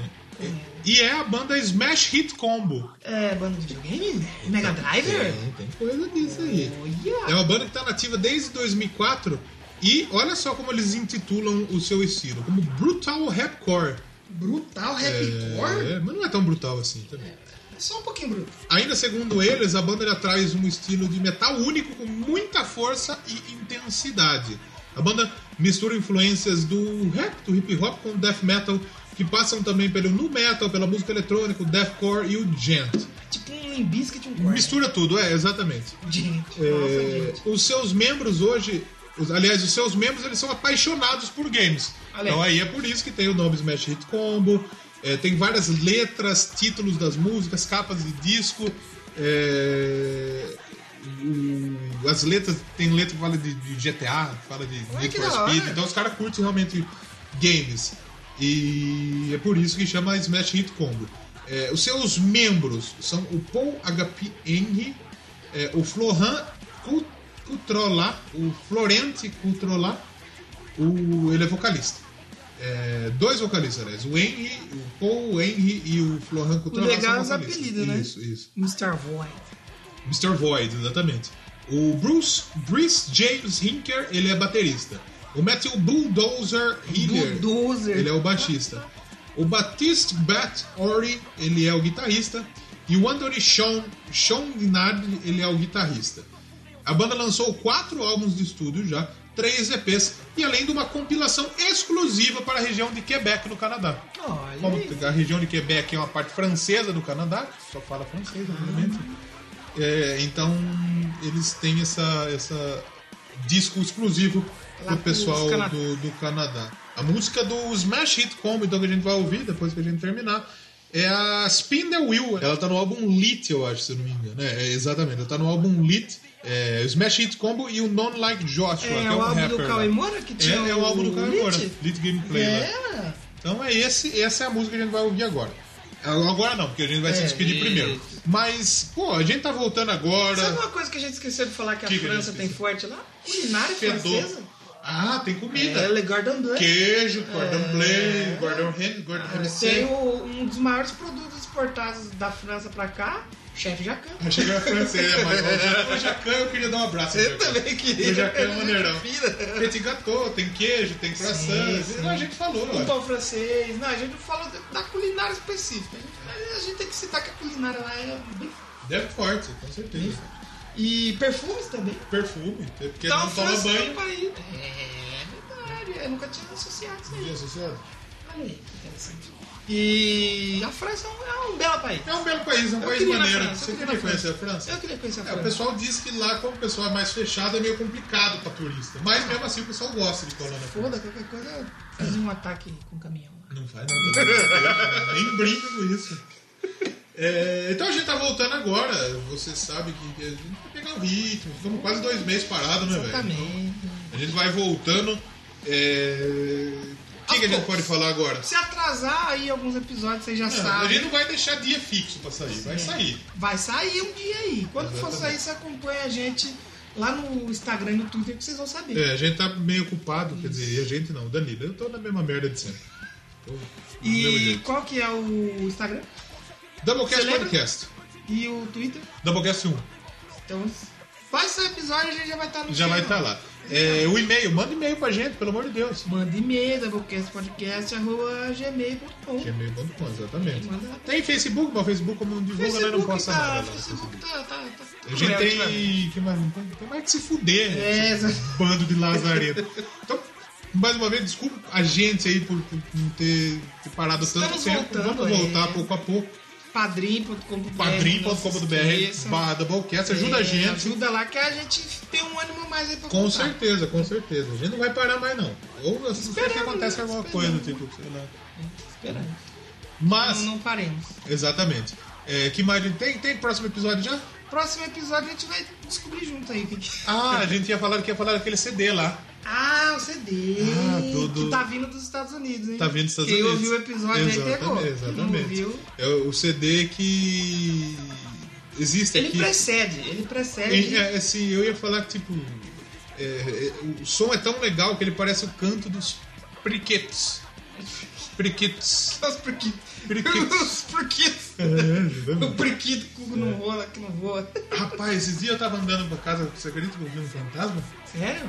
E é a banda Smash Hit Combo. É, banda de videogame? Mega Driver? Tem, tem coisa disso aí. É Olha! uma banda que tá nativa desde 2004 e olha só como eles intitulam o seu estilo, como Brutal Rapcore. Brutal, É, rapcore? é, mas não é tão brutal assim também. Só um pouquinho bruto. Ainda segundo eles, a banda já traz um estilo de metal único com muita força e intensidade. A banda mistura influências do rap, do hip hop com death metal, que passam também pelo nu metal, pela música eletrônica, o deathcore e o gent. Tipo um Limbiscuit, um corno. Mistura tudo, é, exatamente. Gente, nossa, É, gente. os seus membros hoje, os- aliás, os seus membros eles são apaixonados por games. Olha aí. Então aí é por isso que tem o nome Smash Hit Combo. é, tem várias letras, títulos das músicas, capas de disco. é, o- as letras, tem letra que fala de, de GTA, fala de Olha Need que for da hora. Speed. Então os caras curtem realmente games. E é por isso que chama Smash Hit Combo. É, os seus membros são o Paul HP Henry, é, o Florent Cu- Cutrola, o Florent Cutrola, o, ele é vocalista. É, dois vocalistas, aliás, o Henry, o Paul Henry e o Florent O Cutrola. legal é os são vocalistas. apelidos, né? um Isso, isso. Mr. Void. Mr. Void, exatamente. O Bruce, Bruce James Hinker, ele é baterista. O Matthew Bulldozer Hiller, Bulldozer. ele é o baixista. O Baptiste Bat Ori, ele é o guitarrista. E o Anthony Sean, Sean Dinard, ele é o guitarrista. A banda lançou quatro álbuns de estúdio já, três EPs, e além de uma compilação exclusiva para a região de Quebec, no Canadá. Olha Como aí. a região de Quebec é uma parte francesa do Canadá, só fala francês, obviamente. É, então eles têm essa, essa disco exclusivo Lá pro pros pessoal Cana- do, do Canadá. A música do Smash Hit Combo, então, que a gente vai ouvir depois que a gente terminar, é a Spin the Wheel. Ela tá no álbum Lit, eu acho, se eu não me engano. É, é, exatamente, ela tá no álbum Lit, é, Smash Hit Combo e o Non Like Joshua, que É é um o álbum rapper. do lá. Cauê Moura que tinha. é, é o álbum do Caio Moura, Nietzsche? Lit Gameplay. lá. É, Então é esse, essa é a música que a gente vai ouvir agora. Agora não, porque a gente vai se É, despedir e- primeiro. Mas, pô, a gente tá voltando agora. Sabe uma coisa que a gente esqueceu de falar que a Que que a França gente tem esqueceu? forte lá? Culinária Fedor. francesa? Ah, tem É, comida. Le Gordon Bleu. Queijo, cordon bleu, cordon rem, cordon Tem rem. o- um dos maiores produtos exportados da França pra cá, chefe Jacan. Achei que era francês, né? mas o Jacan eu queria dar um abraço. Eu Eu também queria. O Jacan é maneirão. Fira. Petit gâteau, tem queijo, tem croissant. Sim, sim. Não, a gente falou. Um ó. pão francês. Não, a gente não fala da culinária específica. A gente, mas a gente tem que citar que a culinária lá é bem... Deve forte, com certeza. E perfumes também. Perfume, porque então a não toma França tem um país. banho. É verdade. Eu nunca tinha associado isso aí. Dia associado. Olha aí, que interessante. E a França é um, é um belo país. É um belo país, é um Eu país queria ir na maneiro. França, eu Você queria ir queria na conhecer a França? Eu queria conhecer a É, o França. pessoal diz que lá, como o pessoal é mais fechado, é meio complicado pra turista. Mas mesmo assim o pessoal gosta de colar na França. Foda, qualquer coisa, eu fiz um ataque com caminhão. lá. Não faz nada. né? Nem brinca com isso. É, então a gente tá voltando agora. Você sabe que a gente vai pegar o ritmo. Ficamos quase dois meses parados, né, velho? Exatamente. A gente vai voltando. é, O que, que a gente pode falar agora? Se atrasar aí alguns episódios, vocês já Ah, a sabem. gente não vai deixar dia fixo pra sair. Vai sair. Vai sair um dia aí. Quando for Exatamente. sair, você acompanha a gente lá no Instagram e no Twitter que vocês vão saber. É, a gente tá meio ocupado. Quer dizer, a gente não. Danilo, eu tô na mesma merda de sempre. Tô do mesmo E jeito. qual que é o Instagram Você Doublecast lembra? Podcast. e o Twitter? Doublecast 1. Então, vai sair episódio, a gente já vai estar no Já vai feed, estar ó. lá. É, o e-mail, manda e-mail pra gente, pelo amor de Deus. Manda e-mail, doublecastpodcast.gmail.com Gmail.com, exatamente. Manda lá. Tem Facebook, mas o Facebook como não divulga, nós não Facebook posta tá, nada. né? lá. Facebook né? tá, tá, tá. A gente cruel, ultimamente. tem. Que mais, não tem, tem mais que se fuder, né? É, Esse exa- bando de lazareto. Então, mais uma vez, desculpa a gente aí por, por não ter, ter parado tanto Estamos tempo. voltando, Vamos voltar é. pouco a pouco. padrim.com.br Padrim.com.br barra Doublecast, ajuda a É, gente. Ajuda lá que a gente tem um ânimo mais aí pra Com voltar. certeza, com certeza. A gente não vai parar mais, não. Ou eu espero Esperando, que acontece né? alguma Esperando. coisa, tipo, sei lá. Esperando. Mas, Não, não paremos. exatamente. É, que mais a gente tem? Tem próximo episódio já? Próximo episódio a gente vai descobrir junto aí o que que- Ah, a gente ia falar que ia falar daquele CD lá. Ah, o CD. Ah, do- do- Que tá vindo dos Estados Unidos, hein? Tá vindo dos Estados Quem Unidos. ouviu o episódio aí Exatamente, É pegou. Quem não Exatamente. ouviu, É o CD que existe Ele aqui. precede, ele precede. E, é, assim, eu ia falar que, tipo, é, é, o som é tão legal que ele parece o canto dos priquetes. Priquetes. Os É, priquitos. Priquitos. Os priquitos. O priquito cuco É. não rola, que não rola. Rapaz, esses dias eu tava andando pra casa, você acredita que eu vi um fantasma? Sério?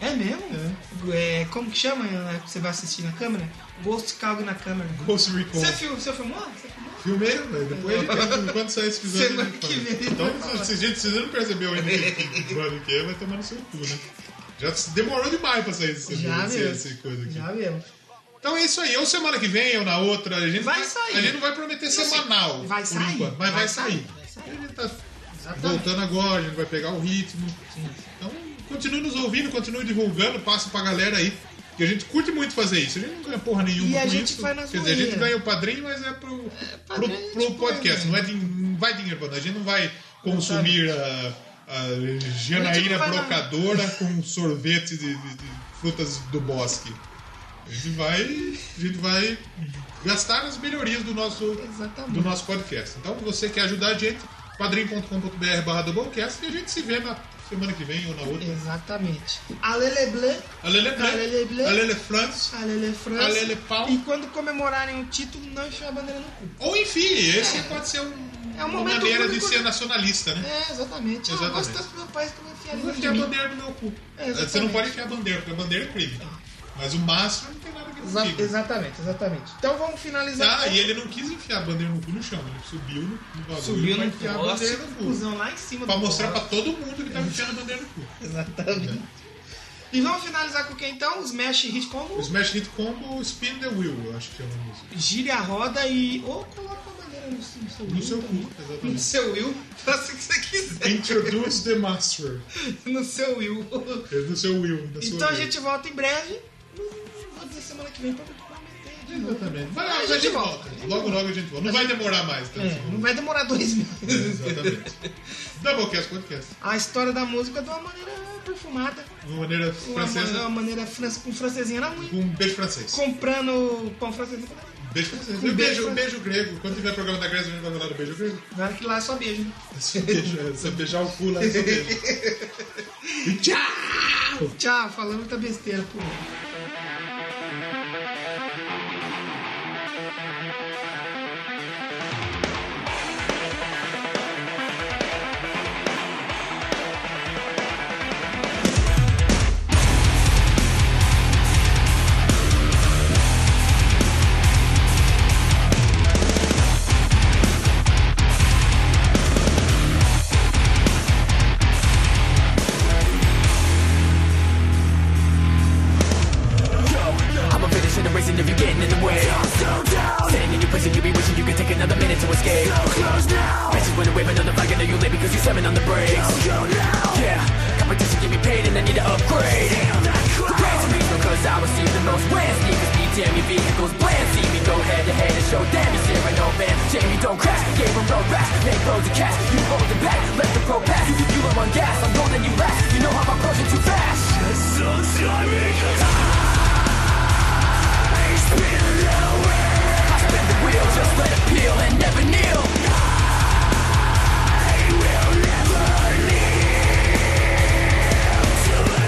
É mesmo? É, como que chama né, que você vai assistir na câmera? Ghost Calg na câmera. Ghost Recon. Você, fil, você filmou? Você filmou? Filmei, velho. Depois ele pergunta quando sair esse episódio. Semana ele que fala. vem. Então, se, gente, vocês não percebeu ainda que episódio que é, vai tomar no seu cu, né? Já demorou demais pra sair esse, Já esse, mesmo. esse coisa aqui. Já mesmo. Então é isso aí. Ou semana que vem, ou na outra. A gente Vai não- sair. A gente não vai prometer semanal. Vai por sair. enquanto, mas vai, sair. vai sair. A gente tá Exatamente. voltando agora, a gente vai pegar o ritmo. Então, continue nos ouvindo, continue divulgando, passa pra galera aí. Que a gente curte muito fazer isso. A gente não ganha porra nenhuma. E a com gente isso. faz na Quer dizer, a gente zoeira. ganha o padrinho, mas é pro, pro, padrinho, pro tipo, podcast. é. Não, é din- não vai dinheiro pra nós. A gente não vai consumir a, a Janaíra A gente não vai- Brocadora com sorvete de- de- de frutas do bosque. A gente vai, a gente vai gastar nas melhorias do nosso, Exatamente. do nosso podcast. Então, você quer ajudar a gente, padrim.com.br barra Doublecast e a gente se vê na semana que vem ou na outra. Exatamente. Alele Blanc, Alele Blanc, Alele Blanc. Alele France, Alele é França. Alele é Pau. E quando comemorarem o título, não enfiar a bandeira no cu. ou enfim, esse pode ser um, É um uma momento maneira de único, ser né? nacionalista, né? É, exatamente. Ah, eu Exatamente. gosto tanto do meu país que eu vou enfiar Eu ele vou no enfiar a cu. bandeira no meu cu. É, exatamente. Você não pode enfiar a bandeira, porque a bandeira é crime. Mas o Márcio não tem nada a ver Exa- comigo. Exatamente, exatamente. Então vamos finalizar. Ah, com- e ele não quis enfiar a bandeira no cu no chão, ele subiu né? no, no bagulho Subiu pra no enfiar a bandeira no cu. cuzão lá em cima Pra do mostrar pra poste. todo mundo que tá enfiando a bandeira no cu. Exatamente. E vamos finalizar com o que então? Os Smash Hit Combo, O Smash Hit Combo Spin the Wheel, eu acho que é o nome disso. gire a roda e. Ou coloca a bandeira no, seu- no seu No seu também. cu, No exatamente. seu Will, faça o que você quiser. Introduce the Master. No seu Will. É do seu Will, da sua Então a Will. gente volta em breve. Hum, Vou dizer semana que vem pra não prometer de novo. Exatamente. Vai lá, a gente volta. Logo, logo a gente volta. Não vai demorar mais, tá? É, não vai demorar dois meses. Exatamente. Doublecast Podcast. A história da música de uma maneira perfumada. De uma maneira Uma, maneira- francesa, uma maneira fran- com francesinha na unha. com um beijo francês. Comprando pão francês. Um Beijo francês. Com E um beijo, beijo- um beijo grego. Quando tiver programa da Grécia, a gente vai falar do beijo grego. Agora que lá é só beijo. né? Se beijo- se beijar o cu lá, é só beijo. Tchau, falando muita besteira, pô. I'm a finish in the racing if you're getting in the way. Slow down. Sitting in your prison, you be wishing you could take another minute to escape. So close now. Bitches wanna wave another flag, I know you late because you're seven on the brakes. Yeah, competition get me paid and I need to upgrade. The grades me because I receive the most wins. Niggas be damn your vehicles bland. See me go head to head and show them you're sharing no man. Jamie don't crash, gave him road rash, make loads of cash. You holding back, let the pro pass. You, you I'm on gas, I'm more than you last. You know how I'm approaching too fast.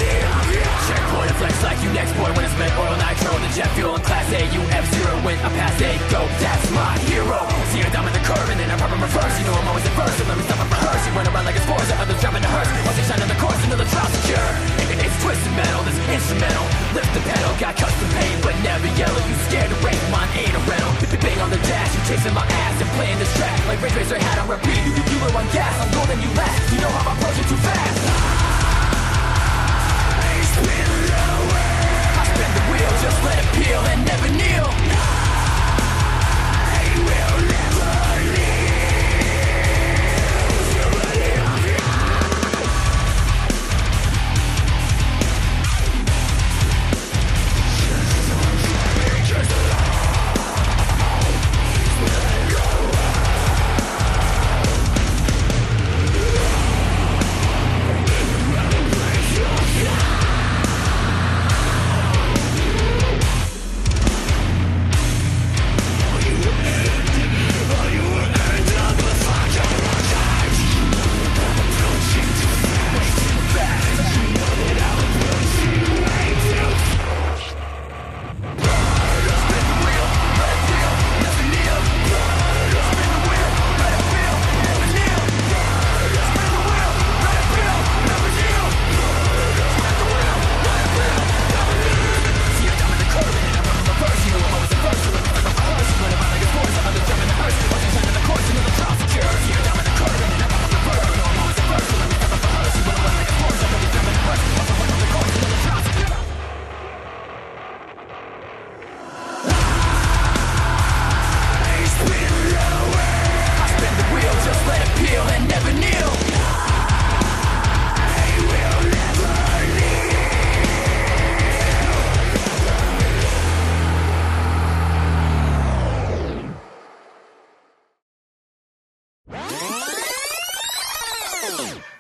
Checkpoint and flex like you next boy when it's meant oil nitro the jet fuel in class A you F-Zero when I pass A go that's my hero see her down in the curve and then I pop in reverse you know I'm always at first so let me stop and rehearse you run around like a sports and others driving the hearse once they shine on the course another trial secure It- it's twisted metal this instrumental lift the pedal got custom paint but never yellow you scared to race mine ain't a rental bang on the dash you chasing my ass and playing this track like Ridge Racer had on repeat you, you were on gas I'm golden you last you know I'm approaching too fast bend the wheel, just let it peel and never kneel.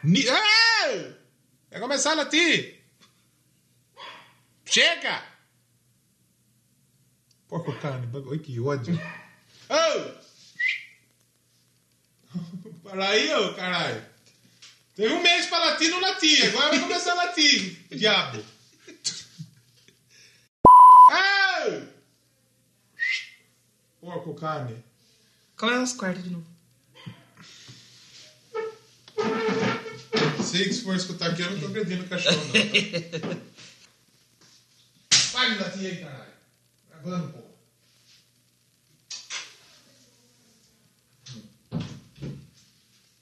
Ni- Ei! Vai começar a latir! Chega! Porco carne, bagu- Ai, que ódio! Ô! Para aí, ô caralho! Teve um mês pra latir não latir, agora vai começar a latir, diabo! Ei! Porco carne! Começa é as quartas de novo. Sei que se for escutar aqui, eu não tô agredindo o cachorro, não. Tá? Vai me latir aí, caralho. Gravando, pô.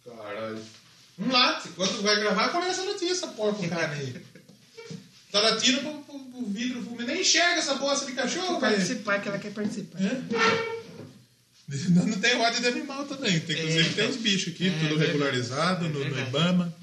Caralho. Não late. Quando vai gravar, começa a latir essa porca, cara aí. Tá latindo pro, pro, pro vidro, pro... nem enxerga essa bosta de cachorro, velho. Participar, que ela quer participar. Não, não tem ordem de animal também. Tem, inclusive, tem uns bichos aqui, tudo regularizado no, no Ibama.